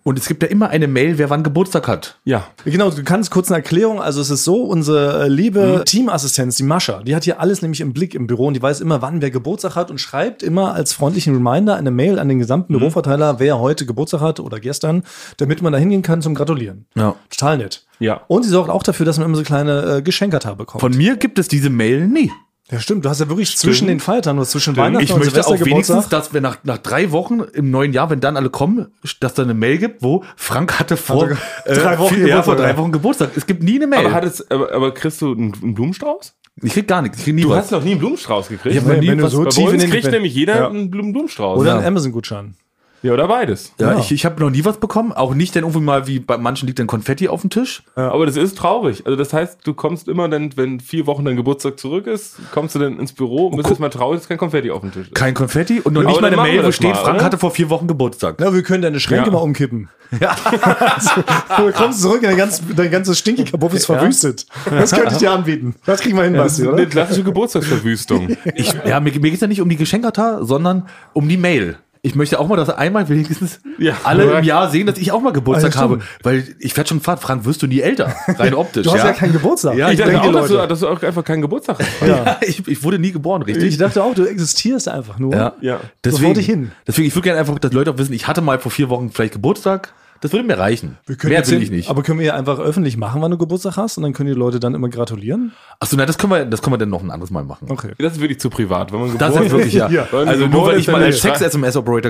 C: Und es gibt ja immer eine Mail, wer wann Geburtstag hat.
B: Ja.
A: Genau, du kannst kurz eine Erklärung. Also es ist so, unsere äh, liebe Teamassistenz, die Mascha, die hat hier alles nämlich im Blick im Büro und die weiß immer, wann wer Geburtstag hat und schreibt immer als freundlichen Reminder eine Mail an den gesamten Büroverteiler, wer heute Geburtstag hat oder gestern, damit man da hingehen kann zum Gratulieren.
C: Ja.
A: Total nett.
B: Ja.
A: Und sie sorgt auch dafür, dass man immer so kleine äh, Geschenkertar bekommt.
C: Von mir gibt es diese Mail nie.
A: Ja, stimmt. Du hast ja wirklich zwischen den Feiertagen oder zwischen Weihnachten
C: ich
A: und
C: möchte auch wenigstens,
A: Silvestergeburtstag.
C: dass wir nach, nach drei Wochen im neuen Jahr, wenn dann alle kommen, dass da eine Mail gibt, wo Frank hatte vor,
B: Also
C: äh,
A: Hatte ge- drei Wochen
C: vier, ja,
A: Geburtstag,
C: vor drei
A: oder?
C: Wochen Geburtstag. Es gibt nie eine Mail.
B: Aber, hat es, aber, aber kriegst du einen, einen Blumenstrauß?
C: ich krieg gar nichts. Ich krieg nie
B: Du
C: was.
B: hast noch nie einen Blumenstrauß gekriegt.
C: Ich hab noch nie
A: wenn du
C: was-
A: so
B: Bei
A: tief in
B: uns
A: den
B: kriegt nämlich jeder
A: Ja.
B: einen Blumen- Blumenstrauß.
A: Oder einen
B: ja.
A: Amazon-Gutschein.
B: ja, oder beides.
C: ja,
A: Ja.
C: Ich, ich habe noch nie was bekommen. Auch nicht dann irgendwie mal, wie bei manchen liegt dann Konfetti auf dem Tisch.
B: Äh, Aber das ist traurig. Also das heißt, du kommst immer dann, wenn vier Wochen dein Geburtstag zurück ist, kommst du dann ins Büro
C: Oh,
B: und bist erstmal traurig, dass kein Konfetti auf dem Tisch ist.
C: Kein Konfetti und noch
B: Ja,
C: nicht
B: aber dann
C: mal eine
B: machen wir
C: Mail, wo
B: das
C: steht,
B: mal,
C: Frank
B: oder?
C: hatte vor vier Wochen Geburtstag.
A: Na, wir können deine Schränke
B: Ja.
A: mal umkippen. Ja. du kommst zurück und dein, ganz, dein ganzes Stinky-Kabuff ist verwüstet. Das könnte ich dir anbieten. Das kriegen wir hin,
B: Das
A: Basti,
B: ist
A: oder?
B: eine Ne? klassische Geburtstagsverwüstung.
C: Ich, ja, mir, mir geht's ja nicht um die Geschenkata, sondern um die Mail. Ich möchte auch mal, dass einmal wenigstens
B: Ja.
C: alle im Jahr sehen, dass ich auch mal Geburtstag
A: Ah, Ja,
C: habe.
A: stimmt.
C: Weil ich werde schon gefragt, Frank, wirst du nie älter? Rein optisch.
A: Du hast ja, keinen Geburtstag.
C: Ja,
B: ich dachte
A: denke,
B: auch, dass
A: Leute-
B: du, dass du auch einfach keinen Geburtstag hast.
A: Ja.
C: ich, ich wurde nie geboren, richtig?
A: Ich dachte auch, du existierst einfach nur.
B: Ja.
C: Deswegen,
A: wollte ich hin.
C: Deswegen, ich würde gerne einfach, dass Leute auch wissen, ich hatte mal vor vier Wochen vielleicht Geburtstag. Das würde mir reichen.
A: Wir können
C: Mehr
A: jetzt
C: will
A: hin-
C: ich nicht.
A: Aber können wir einfach öffentlich machen, wann du Geburtstag hast und dann können die Leute dann immer gratulieren?
C: Achso, na, das können wir, das können wir dann noch ein anderes Mal machen.
A: Okay.
B: Das ist wirklich zu privat. Wenn man geboren
C: Das ist wirklich, ja.
A: Ja.
C: Also nur weil ich mal als Sex-SMS-Operator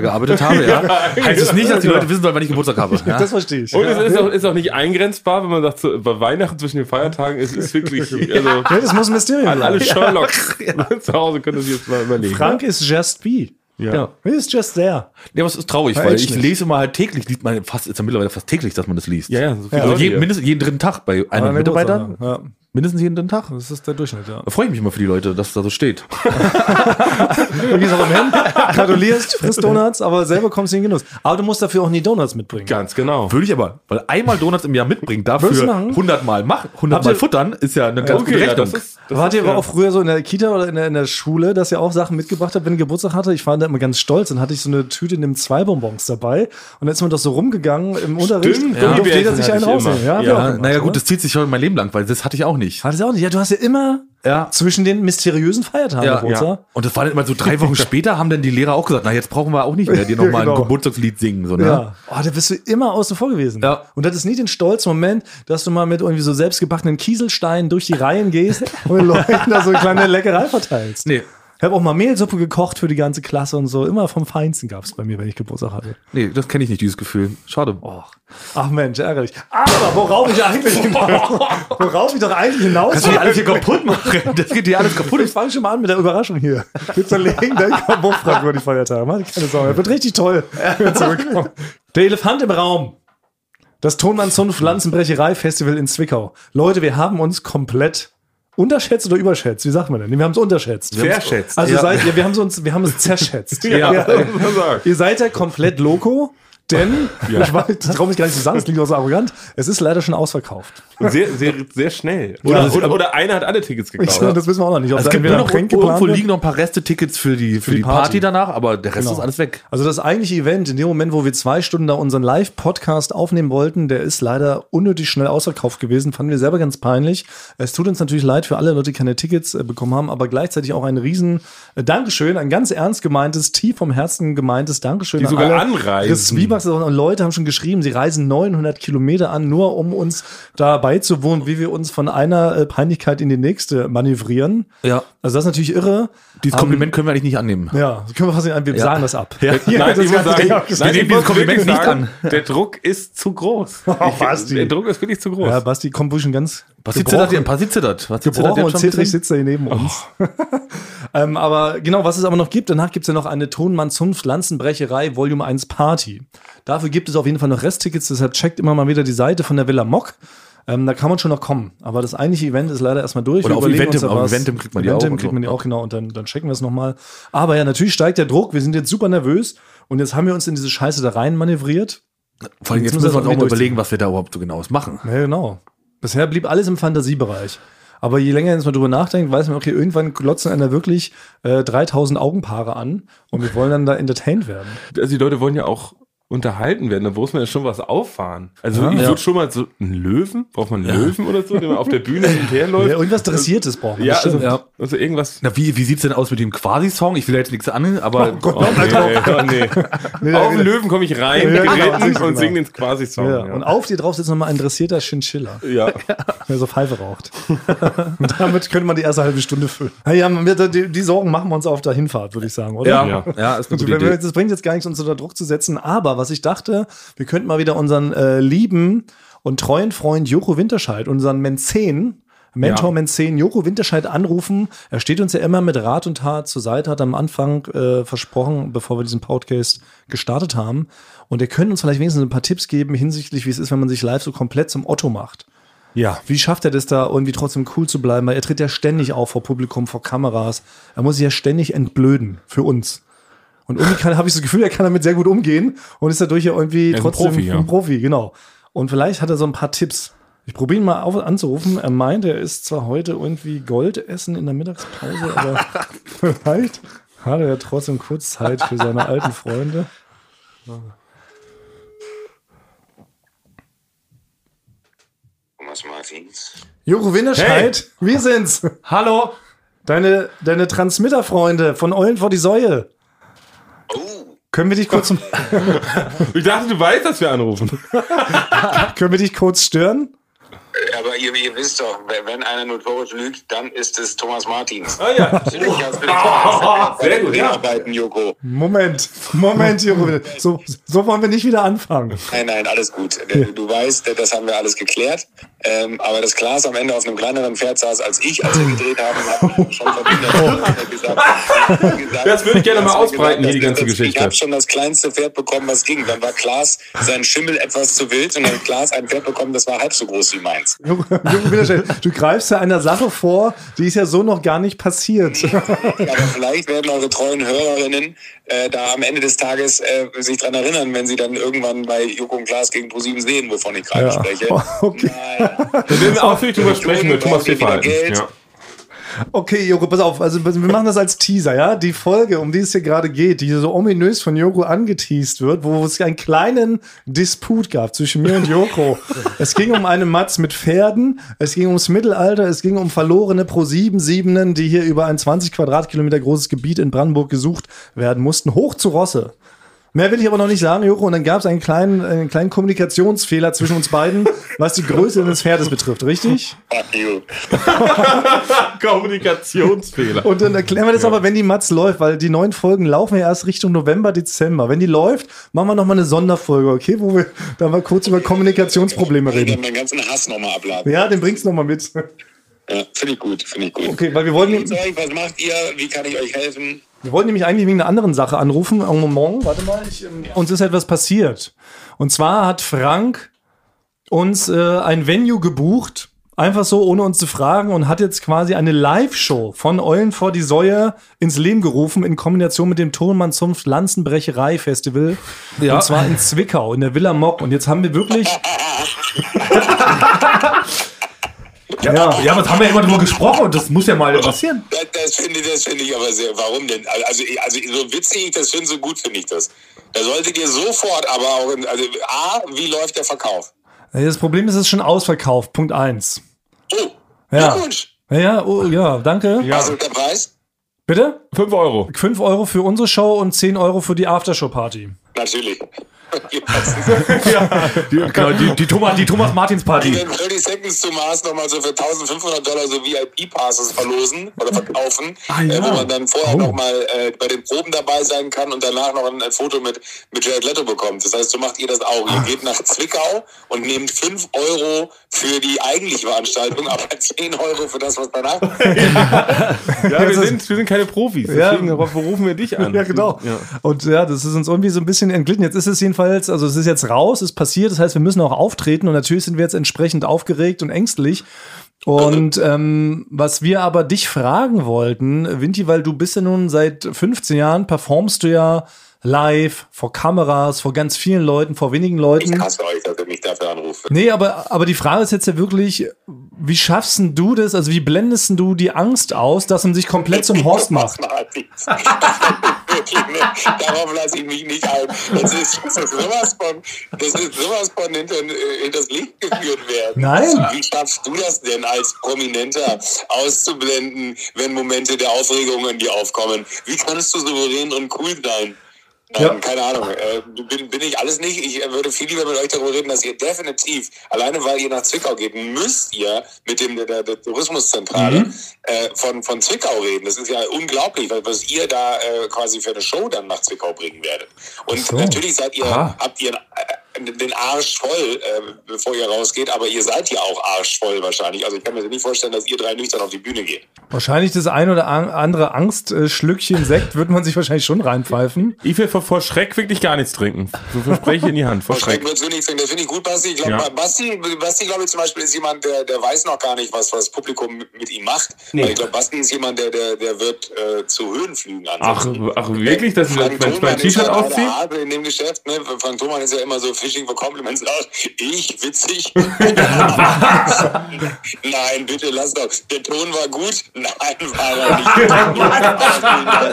C: gearbeitet habe, ja, heißt es nicht, dass die
A: Ja. genau.
C: Leute wissen sollen, wann ich Geburtag habe. Ja?
A: Das verstehe ich.
B: Und es ist auch, ist auch nicht eingrenzbar, wenn man sagt, so, bei Weihnachten zwischen den Feiertagen, es ist wirklich, also,
A: Ja, das muss ein Mysterium
B: an alle
A: sein.
B: Sherlock zu Hause können das jetzt mal überlegen.
A: Frank ist just be.
B: ja.
A: He is just there.
C: Ja, aber es ist traurig,
A: Ja,
C: weil
A: echt
C: ich
A: nicht.
C: lese immer halt täglich, liest man fast, ist ja mittlerweile fast täglich, dass man das liest.
B: Ja, ja, so viele
C: Also
B: Leute
C: jeden,
B: hier.
C: mindestens jeden dritten Tag bei einem
A: An den
C: Mitarbeiter.
A: Geburtstag, Ja,
C: Mindestens jeden dritten Tag.
A: das ist der Durchschnitt, ja.
C: Da freue ich mich immer für die Leute, dass da so steht.
A: Du gehst auch hin, gratulierst, frisst Donuts, aber selber kommst du in den Genuss. Aber du musst dafür auch nie Donuts mitbringen.
B: Ganz genau.
C: Würde ich aber, weil einmal Donuts im Jahr mitbringen,
A: Würdest du
C: dafür
A: machen?
C: 100 Mal machen, 100 Mal
A: Habt ihr-
C: futtern, ist ja eine ganz
B: Okay,
C: gute
B: ja,
C: Rechnung.
B: das ist, das
A: Wart
B: ist,
A: ihr aber auch früher so in der Kita oder in der, in der Schule, dass ihr auch Sachen mitgebracht habt, wenn ihr Geburtstag hatte? Ich war da immer ganz stolz. Dann hatte ich so eine Tüte in dem zwei Bonbons dabei. Und dann ist man doch so rumgegangen im Unterricht.
B: Stimmt,
A: Dann durfte
B: Gummibärchen
A: jeder sich
B: hatte
A: einen
B: ich
A: rausnehmen.
B: immer.
A: hab ich
B: Ja,
A: auch
C: ja,
A: gemacht,
C: naja,
A: ne?
C: gut, das zieht sich schon mein Leben lang, weil das hatte ich auch nicht.
A: Hattest du auch nicht. Ja, du hast ja immer
C: Ja.
A: zwischen den mysteriösen Feiertagen
C: Ja,
A: Geburtstag.
C: ja. Und das war dann immer so drei Wochen später, haben dann die Lehrer auch gesagt, na jetzt brauchen wir auch nicht mehr, die nochmal
A: Ja, genau.
C: ein Geburtstagslied singen. So, ne?
A: Ja. Oh, da bist du immer außen vor gewesen.
C: Ja.
A: Und das ist nie den stolzen Moment, dass du mal mit irgendwie so selbstgebackenen Kieselsteinen durch die Reihen gehst und den Leuten da so eine kleine Leckerei verteilst.
C: Nee.
A: Ich habe auch mal Mehlsuppe gekocht für die ganze Klasse und so. Immer vom Feinsten gab es bei mir, wenn ich Geburtstag hatte.
C: Nee, das kenne ich nicht, dieses Gefühl. Schade.
A: Oh. Ach Mensch, ärgerlich. Aber worauf ich eigentlich, worauf ich doch eigentlich hinaus
C: Kannst du
A: will.
C: die alles hier kaputt machen? Das geht dir alles kaputt.
A: Ich fange schon mal an mit der Überraschung hier. Wir zerlegen den Kabuffrack über die Feiertage. Mach dir keine Sorge. Das wird richtig toll, wenn wir zurückkommen. Der Elefant im Raum. Das Tonmann Pflanzenbrecherei Festival in Zwickau. Leute, wir haben uns komplett unterschätzt oder überschätzt? Wie sagt man denn? Wir haben es unterschätzt. Wir haben's-
C: Verschätzt.
A: Also
C: Ja.
A: seid ihr, wir haben es uns, wir haben es zerschätzt.
B: Ja,
A: Ja.
B: das muss man sagen.
A: Ihr seid ja komplett loco, denn ich, weiß- ich traue mich gar nicht zu sagen, es klingt auch so arrogant. Es ist leider schon ausverkauft.
B: Und Sehr, sehr, sehr schnell. Oder,
A: das-
B: oder, oder einer hat alle Tickets
A: Ich,
B: gekauft.
A: Das wissen wir auch noch nicht. ob
C: Also
A: da
C: es gibt
A: entweder
C: nur noch
A: Getränk
C: irgendwo
A: geplant wird.
C: liegen noch ein paar Reste-Tickets für die, für
A: die
C: die, Party. Genau.
A: Party
C: danach, aber der Rest ist alles weg.
A: Also das eigentliche Event, in dem Moment, wo wir zwei Stunden da unseren Live-Podcast aufnehmen wollten, der ist leider unnötig schnell ausverkauft gewesen. Fanden wir selber ganz peinlich. Es tut uns natürlich leid für alle Leute, die keine Tickets äh, bekommen haben, aber gleichzeitig auch ein riesen äh, Dankeschön, ein ganz ernst gemeintes, tief vom Herzen gemeintes Dankeschön.
B: Die
A: an
B: sogar
A: alle.
B: anreisen.
A: Das Zwieback, und Leute haben schon geschrieben, sie reisen 900 Kilometer an, nur um uns da beizuwohnen, wie wir uns von einer äh, Peinlichkeit in die nächste manövrieren.
C: Ja.
A: Also das ist natürlich irre.
C: Dieses
A: Ähm,
C: Kompliment können wir eigentlich nicht annehmen.
A: ja, können wir fast nicht an, wir sagen das ab. Ja,
B: Nein, ich muss sagen,
C: Wir nehmen
B: nein, ich
C: dieses
B: muss
C: Kompliment
B: wirklich
C: nicht
B: sagen, der Druck ist zu groß. Ich-
A: Basti.
B: Der Druck ist wirklich zu groß.
A: Oh, ja, Basti kommt wohl schon ganz
C: Basti
A: gebrochen,
C: zittert, hier- Basti zittert. Basti zittert
A: gebrochen
C: jetzt
A: und
C: schon ein
A: zittrig
C: bisschen. Oh.
A: sitzt er hier neben uns. ähm, aber genau, was es aber noch gibt, danach gibt es ja noch eine Tonmann zum Pflanzenbrecherei Volume 1 Party. Dafür gibt es auf jeden Fall noch Resttickets, deshalb checkt immer mal wieder die Seite von der Villa Mock. Ähm, da kann man schon noch kommen. Aber das eigentliche Event ist leider erstmal durch.
C: Oder
A: Wir
C: auf
A: überlegen
C: Eventim,
A: uns da
C: auf
A: was.
C: Eventim kriegt man die
A: Eventim
C: auch und
A: kriegt
C: so.
A: man die auch, genau. Und dann, dann checken wir es nochmal. Aber ja, natürlich steigt der Druck. Wir sind jetzt super nervös. Und jetzt haben wir uns in diese Scheiße da rein manövriert.
C: Vor allem
A: Jetzt müssen
C: jetzt müssen wir uns
A: wir
C: auch mal
A: das
C: überlegen, was wir da überhaupt so genaues machen.
A: Ja, genau. Bisher blieb alles im Fantasiebereich. Aber je länger jetzt man drüber nachdenkt, weiß man, okay, irgendwann glotzen einer wirklich äh, 3000 Augenpaare an und wir wollen dann da entertained werden.
B: Also die Leute wollen ja auch unterhalten werden. Da muss man ja schon was auffahren. Also
A: Ja.
B: ich
A: Ja.
B: würde schon mal so einen Löwen, braucht man einen Löwen oder so, der mal auf der Bühne hinterherläuft.
A: Ja, irgendwas Dressiertes brauchen wir.
B: ja,
A: bestimmt,
B: also, also irgendwas.
C: Na, wie, wie sieht's denn aus mit dem Quasi-Song? Ich will da jetzt nichts an, aber
B: Oh, nee, oh, nee.
A: genau. Nee,
B: Auf den
A: ja.
B: Löwen komme ich rein,
A: Ja,
B: geritten
A: genau.
B: und singe den quasi Song.
A: Ja. Und auf dir drauf sitzt nochmal ein dressierter Chinchilla,
B: ja.
A: der so Pfeife raucht. Und damit könnte man die erste halbe Stunde füllen. Naja, die, die Sorgen machen wir uns auf der Hinfahrt, würde ich sagen, oder?
C: ja,
B: Ja.
C: ja. ja, ist eine
A: Und Also
C: gute
A: wenn wir
C: Idee.
A: jetzt, das bringt jetzt gar nichts, uns unter Druck zu setzen, aber was ich dachte, wir könnten mal wieder unseren äh, lieben und treuen Freund Joko Winterscheid, unseren Menzen, Mentor
C: Ja.
A: Menzen Joko Winterscheid anrufen. Er steht uns ja immer mit Rat und Tat zur Seite, hat am Anfang äh, versprochen, bevor wir diesen Podcast gestartet haben. Und er könnte uns vielleicht wenigstens ein paar Tipps geben hinsichtlich, wie es ist, wenn man sich live so komplett zum Otto macht.
B: ja.
A: Wie schafft er das da irgendwie trotzdem cool zu bleiben? Weil er tritt ja ständig auf vor Publikum, vor Kameras. Er muss sich ja ständig entblöden für uns. Und irgendwie kann- habe ich das Gefühl, er kann damit sehr gut umgehen und ist dadurch ja irgendwie
F: ist ein
A: trotzdem
F: Profi, ja.
A: ein Profi, genau. Und vielleicht hat er so ein paar Tipps. Ich probiere ihn mal auf, anzurufen. Er meint, er ist zwar heute irgendwie Gold essen in der Mittagspause, aber vielleicht hat er ja trotzdem kurz Zeit für seine alten Freunde.
G: Thomas Martins.
A: Joko Winterscheid, wir sind's.
C: Hallo!
A: Deine, deine Transmitterfreunde von Eulen vor die Säue.
G: Oh,
A: Können wir dich kurz,
B: Ich dachte, du weißt, dass wir anrufen.
A: können wir dich kurz stören?
G: aber ihr, ihr wisst doch, wenn wenn einer notorisch lügt, dann ist es Thomas Martins.
B: Ah, ja.
G: Natürlich hast du dich
B: Sehr gut, ja.
G: arbeiten, Joko.
A: Moment, Moment, Jürgen. So, so wollen wir nicht wieder anfangen.
G: Nein, nein, alles gut. Du weißt, das haben wir alles geklärt. Ähm, aber dass Klaas am Ende auf einem kleineren Pferd saß als ich, als wir gedreht haben, hat man schon verwundert. gesagt,
B: Oh. Das würde ich gerne mal
G: dass wir
B: ausbreiten, hier die
G: dass-
B: ganze
G: dass-
B: Geschichte.
G: Ich habe schon das kleinste Pferd bekommen, was ging. Dann war Klaas sein Schimmel etwas zu wild und dann hat Klaas ein Pferd bekommen, das war halb so groß wie meins.
A: Jürgen Winterscheid, du greifst ja einer Sache vor, die ist ja so noch gar nicht passiert.
G: Aber vielleicht werden eure treuen Hörerinnen äh, da am Ende des Tages äh, sich dran erinnern, wenn sie dann irgendwann bei Joko und Klaas gegen ProSieben sehen, wovon ich gerade
A: Ja.
G: spreche.
A: Okay.
G: Naja.
B: Wir werden ausführlich drüber sprechen mit Thomas
G: Wieder
B: Pfeffer.
G: Geld.
B: Ja.
A: Okay, Joko, pass auf. Also, wir machen das als Teaser, ja? Die Folge, um die es hier gerade geht, die so ominös von Joko angeteased wird, wo es einen kleinen Disput gab zwischen mir und Joko. es ging um eine Matz mit Pferden, es ging ums Mittelalter, es ging um verlorene Pro-7-Siebenen, die hier über ein 20 Quadratkilometer großes Gebiet in Brandenburg gesucht werden mussten, hoch zu Rosse. Mehr will ich aber noch nicht sagen, Joko. Und dann gab es einen kleinen, einen kleinen Kommunikationsfehler zwischen uns beiden, was die Größe des Pferdes betrifft, richtig?
G: Fuck you.
B: Kommunikationsfehler.
A: Und dann erklären wir das aber, wenn die Matz läuft, weil die neuen Folgen laufen ja erst Richtung November, Dezember. Wenn die läuft, machen wir nochmal eine Sonderfolge, okay? Wo wir dann mal kurz über Kommunikationsprobleme
G: Ich werde
A: reden.
G: meinen ganzen Hass nochmal abladen.
A: Ja, den bringst du nochmal mit.
G: Ja, finde ich gut, finde ich gut.
A: Okay, weil wir
G: Wie
A: wollten,
G: Zeug, was macht ihr? Wie kann ich euch helfen?
A: wir wollten nämlich eigentlich wegen einer anderen Sache anrufen. Einen Moment, warte mal, ich, ähm, uns ist etwas passiert. Und zwar hat Frank uns äh, ein Venue gebucht, einfach so, ohne uns zu fragen, und hat jetzt quasi eine Live-Show von Eulen vor die Säue ins Leben gerufen, in Kombination mit dem Thurmann Zunft Lanzenbrecherei Festival. Und zwar in Zwickau, in der Villa Mock. Und jetzt haben wir wirklich.
C: Ja, ja, aber das haben wir ja immer drüber gesprochen und das muss ja mal passieren.
G: Das, das finde ich, das finde ich aber sehr. Warum denn? Also, ich- also so witzig ich das finde, so gut finde ich das. Da solltet ihr sofort, aber auch, in, also A, wie läuft der Verkauf?
A: Das Problem ist, es ist schon ausverkauft. Punkt eins.
G: Oh,
A: Ja.
G: Glückwunsch.
A: Ja, Ja, oh, ja, danke.
G: Was ist der Preis?
A: Bitte?
B: 5 Euro.
A: 5 Euro für unsere Show und 10 Euro für die Aftershow-Party.
G: Natürlich. Wenn
C: Genau, die, die, Thomas, die Thomas Martins Party.
G: 30 Seconds to Mars nochmal so für 1500 Dollar so VIP-Passes verlosen oder verkaufen, äh, wo man dann vorher nochmal äh, bei den Proben dabei sein kann und danach noch ein, ein Foto mit, mit Jared Leto bekommt. Das heißt, so macht ihr das auch. Ihr geht nach Zwickau und nehmt 5 Euro für die eigentliche Veranstaltung, aber 10 Euro für das, was danach
B: Ja, wir sind, wir sind keine Profis.
A: Ja.
B: Deswegen rufen wir dich an.
A: Ja, genau. Und ja, das ist uns irgendwie so ein bisschen entglitten. Jetzt ist es jedenfalls, also es ist jetzt raus, ist passiert, das heißt, wir müssen auch auftreten und natürlich sind wir jetzt entsprechend aufgeregt und ängstlich. Und ähm, was wir aber dich fragen wollten, Vinti, weil du bist ja nun seit 15 Jahren, performst du ja live, vor Kameras, vor ganz vielen Leuten, vor wenigen Leuten.
G: Ich hasse euch, dass ihr mich dafür anruft.
A: Nee, aber, aber die Frage ist jetzt ja wirklich, wie schaffst denn du das, also wie blendest denn du die Angst aus, dass man sich komplett zum Horst macht?
G: Martins. wirklich nicht. Darauf lasse ich mich nicht ein. Das ist, das ist sowas von, das ist sowas von hinter, äh, hinters Licht geführt werden.
A: Nein.
G: Wie schaffst du das denn als Prominenter auszublenden, wenn Momente der Aufregung in dir aufkommen? Wie kannst du souverän und cool sein? Ähm,
A: Ja.
G: Keine Ahnung, äh, bin, bin ich alles nicht. Ich äh, würde viel lieber mit euch darüber reden, dass ihr definitiv, alleine weil ihr nach Zwickau geht, müsst ihr mit dem der, der Tourismuszentrale
A: Mhm.
G: äh, von, von Zwickau reden. Das ist ja unglaublich, was, was ihr da äh, quasi für eine Show dann nach Zwickau bringen werdet. Und
A: so.
G: natürlich seid ihr,
B: Ah.
G: habt ihr äh, den Arsch voll, äh, bevor ihr rausgeht, aber ihr seid ja auch arschvoll wahrscheinlich. Also ich kann mir nicht vorstellen, dass ihr drei nüchtern auf die Bühne geht.
A: Wahrscheinlich das ein oder an- andere Angstschlückchen Sekt wird man sich wahrscheinlich schon reinpfeifen.
B: Ich will vor, vor Schreck wirklich gar nichts trinken. So verspreche ich in die Hand. Vor Schreck.
G: Schrecken wird's wenig finden. Das finde ich gut, Basti. Ich glaube,
B: Ja.
G: Basti, Basti, glaube ich, zum Beispiel ist jemand, der, der weiß noch gar nicht, was, was das Publikum mit, mit ihm macht. Weil ich glaube, Basti ist jemand, der, der, der wird äh, zu Höhenflügen
B: Ach,
G: ansetzen.
B: ach wirklich, dass ich
G: Frank
B: mein, mein,
G: Thoman
B: mein
G: ist
B: T-Shirt
G: ja leider
B: ausziehe?
G: Hase in dem Geschäft, ne? Frank Thoman ist ja immer so Fishing for Compliments aus. Ich, witzig. Nein, bitte lass doch. Der Ton war gut. Nein, war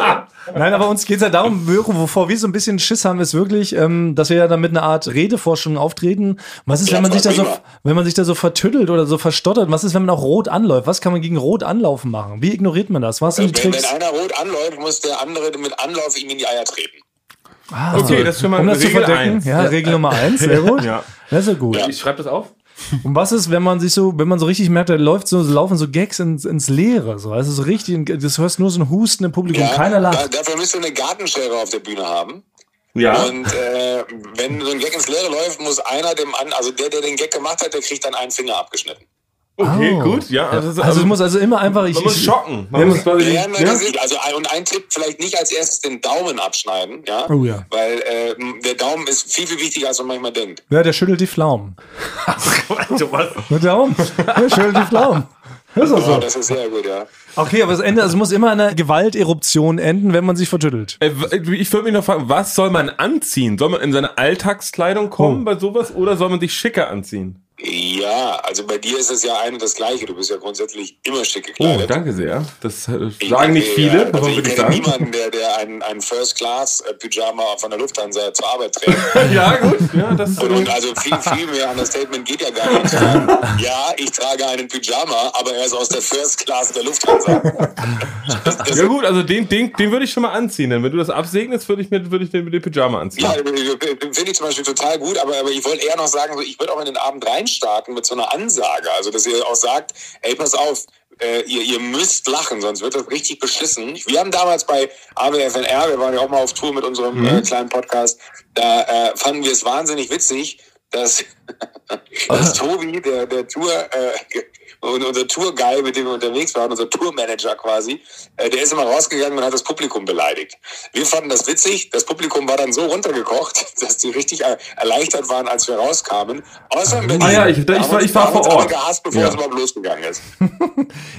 G: er nicht. Aber
A: Nein, aber uns geht es ja darum, Möro, wovor wir so ein bisschen Schiss haben, ist wirklich, ähm, dass wir ja dann mit einer Art Redeforschung auftreten. Was ist, wenn man sich da so,
G: Prima.
A: wenn man sich da so vertüttelt oder so verstottert? Was ist, wenn man auch rot anläuft? Was kann man gegen rot anlaufen machen? Wie ignoriert man das? Was sind die
G: Wenn, wenn
A: Tricks?
G: einer rot anläuft, muss der andere mit Anlauf ihm in die Eier treten.
A: Ah,
B: Okay, das ist schon mal
A: um das
B: Also Regel
A: zu verdecken.
B: eins.
A: Ja, Regel Nummer eins, sehr gut.
B: Ja.
A: Das ist ja gut.
B: Ich schreibe das auf.
A: Und was ist, wenn man sich so, wenn man so richtig merkt, da läuft so, laufen so Gags ins, ins Leere, so, also so richtig, das hörst nur so ein Husten im Publikum,
G: Ja,
A: keiner
G: da-
A: lacht.
G: Dafür müsst ihr eine Gartenschere auf der Bühne haben.
B: Ja.
G: Und äh, wenn so ein Gag ins Leere läuft, muss einer dem an, also der, der den Gag gemacht hat, der kriegt dann einen Finger abgeschnitten.
B: Okay,
A: Oh.
B: gut. Ja, also,
A: Also es muss also immer einfach, ich,
B: man muss
A: ich,
B: schocken. Man
A: Ja,
B: muss quasi
G: Ja,
B: nicht,
G: nein,
B: ne?
G: das ist, also ein- und ein Tipp, vielleicht nicht als erstes den Daumen abschneiden, ja.
A: Oh ja.
G: Weil äh, der Daumen ist viel, viel wichtiger, als man manchmal denkt.
A: ja, der schüttelt die Pflaumen.
B: Also, was?
A: Mit Daumen, der schüttelt die Pflaumen. Das ist doch
G: Ja,
A: so.
G: das ist sehr gut, ja.
A: Okay, aber es endet, also es muss immer eine Gewalteruption enden, wenn man sich vertüttelt.
B: Äh, w- Ich würde mich noch fragen, was soll man anziehen? Soll man in seine Alltagskleidung kommen bei sowas oder soll man sich schicker anziehen?
G: Ja, also bei dir ist es ja ein und das Gleiche. Du bist ja grundsätzlich immer schick
B: Oh,
G: gekleidet.
B: danke sehr. Das äh,
G: Ich
B: sagen nicht
G: denke,
B: viele, muss
G: ja, Also
B: man
G: ich
B: wirklich
G: kenne
B: sagen.
G: niemanden, der, der einen, einen First-Class-Pyjama äh, von der Lufthansa zur Arbeit trägt.
B: Ja, gut. Ja, das,
G: Und, und also viel, viel mehr an das Statement geht ja gar nicht. Ja, ich trage einen Pyjama, aber er ist aus der First Class der Lufthansa. Das, das,
B: ja gut, also den, den, den würde ich schon mal anziehen. Denn wenn du das absegnest, würde ich mir würde ich den, den Pyjama anziehen.
G: ja, finde ich zum Beispiel total gut, aber, aber ich wollte eher noch sagen, so, ich würde auch in den Abend reinstarten mit so einer Ansage. Also, dass ihr auch sagt, ey, pass auf, äh, ihr, ihr müsst lachen, sonst wird das richtig beschissen. Wir haben damals bei AWFNR, wir waren ja auch mal auf Tour mit unserem äh, kleinen Podcast, da äh, fanden wir es wahnsinnig witzig, dass, dass Tobi, der, der Tour, äh, und unser Tourguy, mit dem wir unterwegs waren, unser Tourmanager quasi, äh, der ist immer rausgegangen und hat das Publikum beleidigt. Wir fanden das witzig. Das Publikum war dann so runtergekocht, dass die richtig äh, erleichtert waren, als wir rauskamen. Außer in Berlin.
B: Ah ja, ich- ich
G: Da haben
B: war-
G: uns-
B: ich war
G: da haben uns
B: vor
G: alle
B: Ort.
G: Gehasst, bevor
B: Ja.
G: es überhaupt losgegangen ist.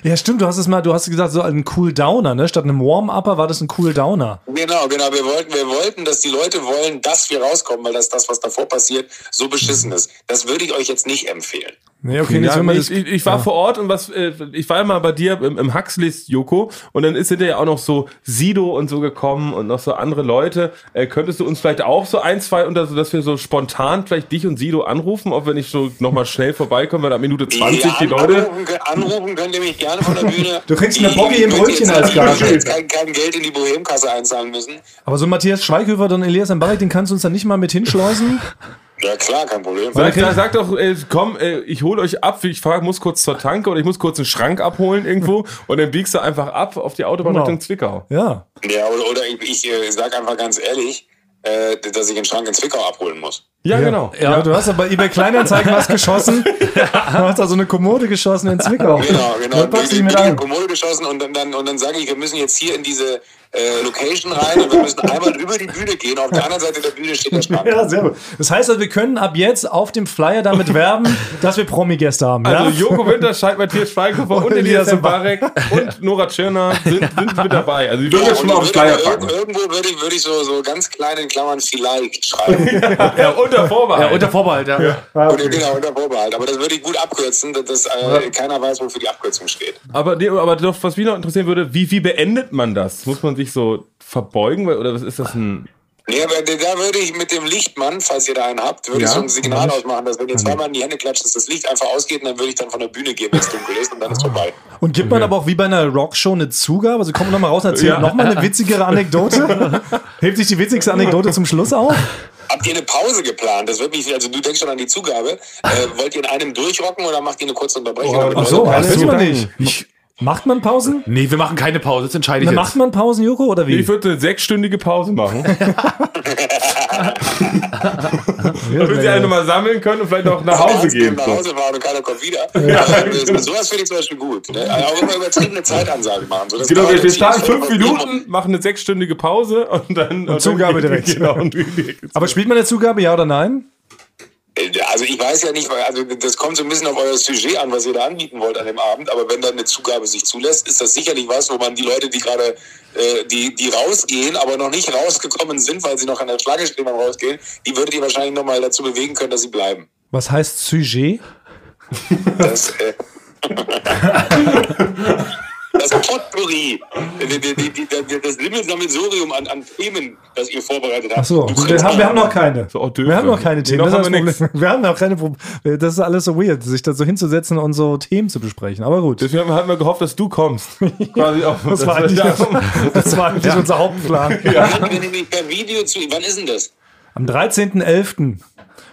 A: Ja, stimmt, du hast es mal, du hast gesagt, so ein Cool Downer, ne? Statt einem Warm-Upper war das ein Cool Downer.
G: Genau, genau. Wir wollten, wir wollten, dass die Leute wollen, dass wir rauskommen, weil das, das was davor passiert, so beschissen ist. Das würde ich euch jetzt nicht empfehlen.
A: Nee, okay, nicht,
B: Ja,
A: wenn man
B: ich,
A: das,
B: ich, ich war vor Ort und was, äh, ich war ja mal bei dir im, im Huxleys Joko und dann ist hinterher ja auch noch so Sido und so gekommen und noch so andere Leute. Äh, könntest du uns vielleicht auch so ein, zwei unter, so, dass wir so spontan vielleicht dich und Sido anrufen, ob wir nicht so nochmal schnell vorbeikommen, weil ab Minute 20
G: Ja,
B: die Leute.
G: Anrufen, kö- anrufen könnt ihr mich gerne von der Bühne.
A: Du kriegst eine
G: Ich-
A: Bobby im
G: ich möchte
A: Brötchen
G: jetzt-
A: als
G: Ich
A: Gage.
G: will jetzt kein, kein Geld in die Bohemkasse einzahlen müssen.
A: aber so Matthias Schweighöfer und Elias Mbarek, den kannst du uns dann nicht mal mit hinschleusen.
G: Ja klar, kein Problem.
B: Sag, sag, sag doch, äh, komm, äh, ich hole euch ab, ich fahr, muss kurz zur Tanke oder ich muss kurz einen Schrank abholen irgendwo und dann biegst du einfach ab auf die Autobahn
A: Genau.
B: Richtung Zwickau.
A: Ja.
G: Ja, oder, oder ich, ich äh, sag einfach ganz ehrlich, äh, dass ich den Schrank in Zwickau abholen muss.
B: Ja, genau.
A: Ja, aber du hast ja bei eBay Kleinanzeigen was geschossen. Du hast also eine Kommode geschossen in Zwickau.
G: Genau, genau.
A: Dann packst du die
G: ich
A: mit
G: bin in die
A: an.
G: Kommode geschossen und dann, dann, und dann sage ich, wir müssen jetzt hier in diese äh, Location rein und wir müssen einmal über die Bühne gehen. Auf der anderen Seite der Bühne steht der Schrank.
A: Ja, sehr gut. Das heißt also, wir können ab jetzt auf dem Flyer damit werben, dass wir Promi-Gäste haben. Ja?
B: Also Joko Winterscheid, Matthias Schweighöfer und Elias
A: Elias
B: Mbarek und Nora Tschirner sind, sind mit dabei. Also die würden
G: Ja,
B: wir schon
G: und
B: mal auf
G: ich
B: den
G: würde-
B: Flyer packen.
G: Irgendwo würde ich, würde ich so, so ganz klein in Klammern vielleicht schreiben.
B: Ja, und unter Vorbehalt.
A: Ja, unter Vorbehalt, ja.
G: Und, genau, unter Vorbehalt. Aber das würde ich gut abkürzen, dass das, äh, keiner weiß, wofür die Abkürzung steht.
B: Aber, nee, aber doch, was mich noch interessieren würde, wie, wie beendet man das? Muss man sich so verbeugen? weil- Oder was ist das ein.
G: Nee, aber da- da würde ich mit dem Lichtmann, falls ihr da einen habt, würde ich so ein Signal
B: Mhm.
G: ausmachen, dass wenn ihr zweimal in die Hände klatscht, dass das Licht einfach ausgeht und dann würde ich dann von der Bühne gehen, wenn es dunkel ist und dann
B: Ah.
G: ist vorbei.
A: Und gibt man aber auch wie bei einer Rockshow eine Zugabe? Also kommt man nochmal raus und erzählt nochmal eine witzigere Anekdote? Hebt sich die witzigste Anekdote zum Schluss auf?
G: Habt ihr eine Pause geplant? Das wird mich, also du denkst schon an die Zugabe. Äh, wollt ihr in einem durchrocken oder macht ihr eine kurze
B: Oh,
G: Unterbrechung? Damit
A: Ach
B: Also,
G: Leute
A: so,
G: Pause
A: das wissen
G: haben?
A: wir nicht. macht man Pausen?
C: Nee, wir machen keine Pause, das entscheide ich jetzt.
A: Macht man Pausen, Joko, oder wie?
B: Ich würde eine sechsstündige Pause machen, damit sie alle nochmal sammeln können und vielleicht auch nach Hause
G: Ernst
B: gehen.
G: nehmen, nach
B: So.
G: Hause fahren und keiner kommt wieder. Ähm, sowas finde ich zum Beispiel gut. Ne? Auch immer übertriebene Zeitansagen machen. So, das
B: Genau,
G: kann man
B: wir
G: nicht
B: starten
G: schieben.
B: fünf Minuten, machen eine sechsstündige Pause und dann. Und
A: Zugabe
B: dann,
A: direkt.
B: Genau, und direkt.
A: Aber spielt man eine Zugabe, ja oder nein?
G: Also ich weiß ja nicht, weil- also das kommt so ein bisschen auf euer Sujet an, was ihr da anbieten wollt an dem Abend, aber wenn dann eine Zugabe sich zulässt, ist das sicherlich was, wo man die Leute, die gerade, äh, die, die rausgehen, aber noch nicht rausgekommen sind, weil sie noch an der Schlange stehen beim Rausgehen, die würdet ihr wahrscheinlich nochmal dazu bewegen können, dass sie bleiben.
A: Was heißt Sujet?
G: Das, äh, das Potpourri, äh, die- die- die- die- die- das Limmelsammelsurium an, an Themen, das ihr vorbereitet habt.
A: Ach so,
G: Du
A: wir
G: kannst-
A: haben, wir haben noch keine.
B: So, oh, Döfe.
A: wir haben noch keine
B: Nee,
A: Themen.
B: noch
A: das ist
B: haben wir
A: das Problem. wir haben noch keine Probleme. Das ist alles so weird, sich da so hinzusetzen und so Themen zu besprechen. Aber gut.
B: Deswegen hatten wir gehofft, dass du kommst. Quasi auf,
A: Das war eigentlich, das war eigentlich unser Hauptplan.
G: Wenn wir nämlich per Video zu, wann ist denn das?
A: Am 13.11.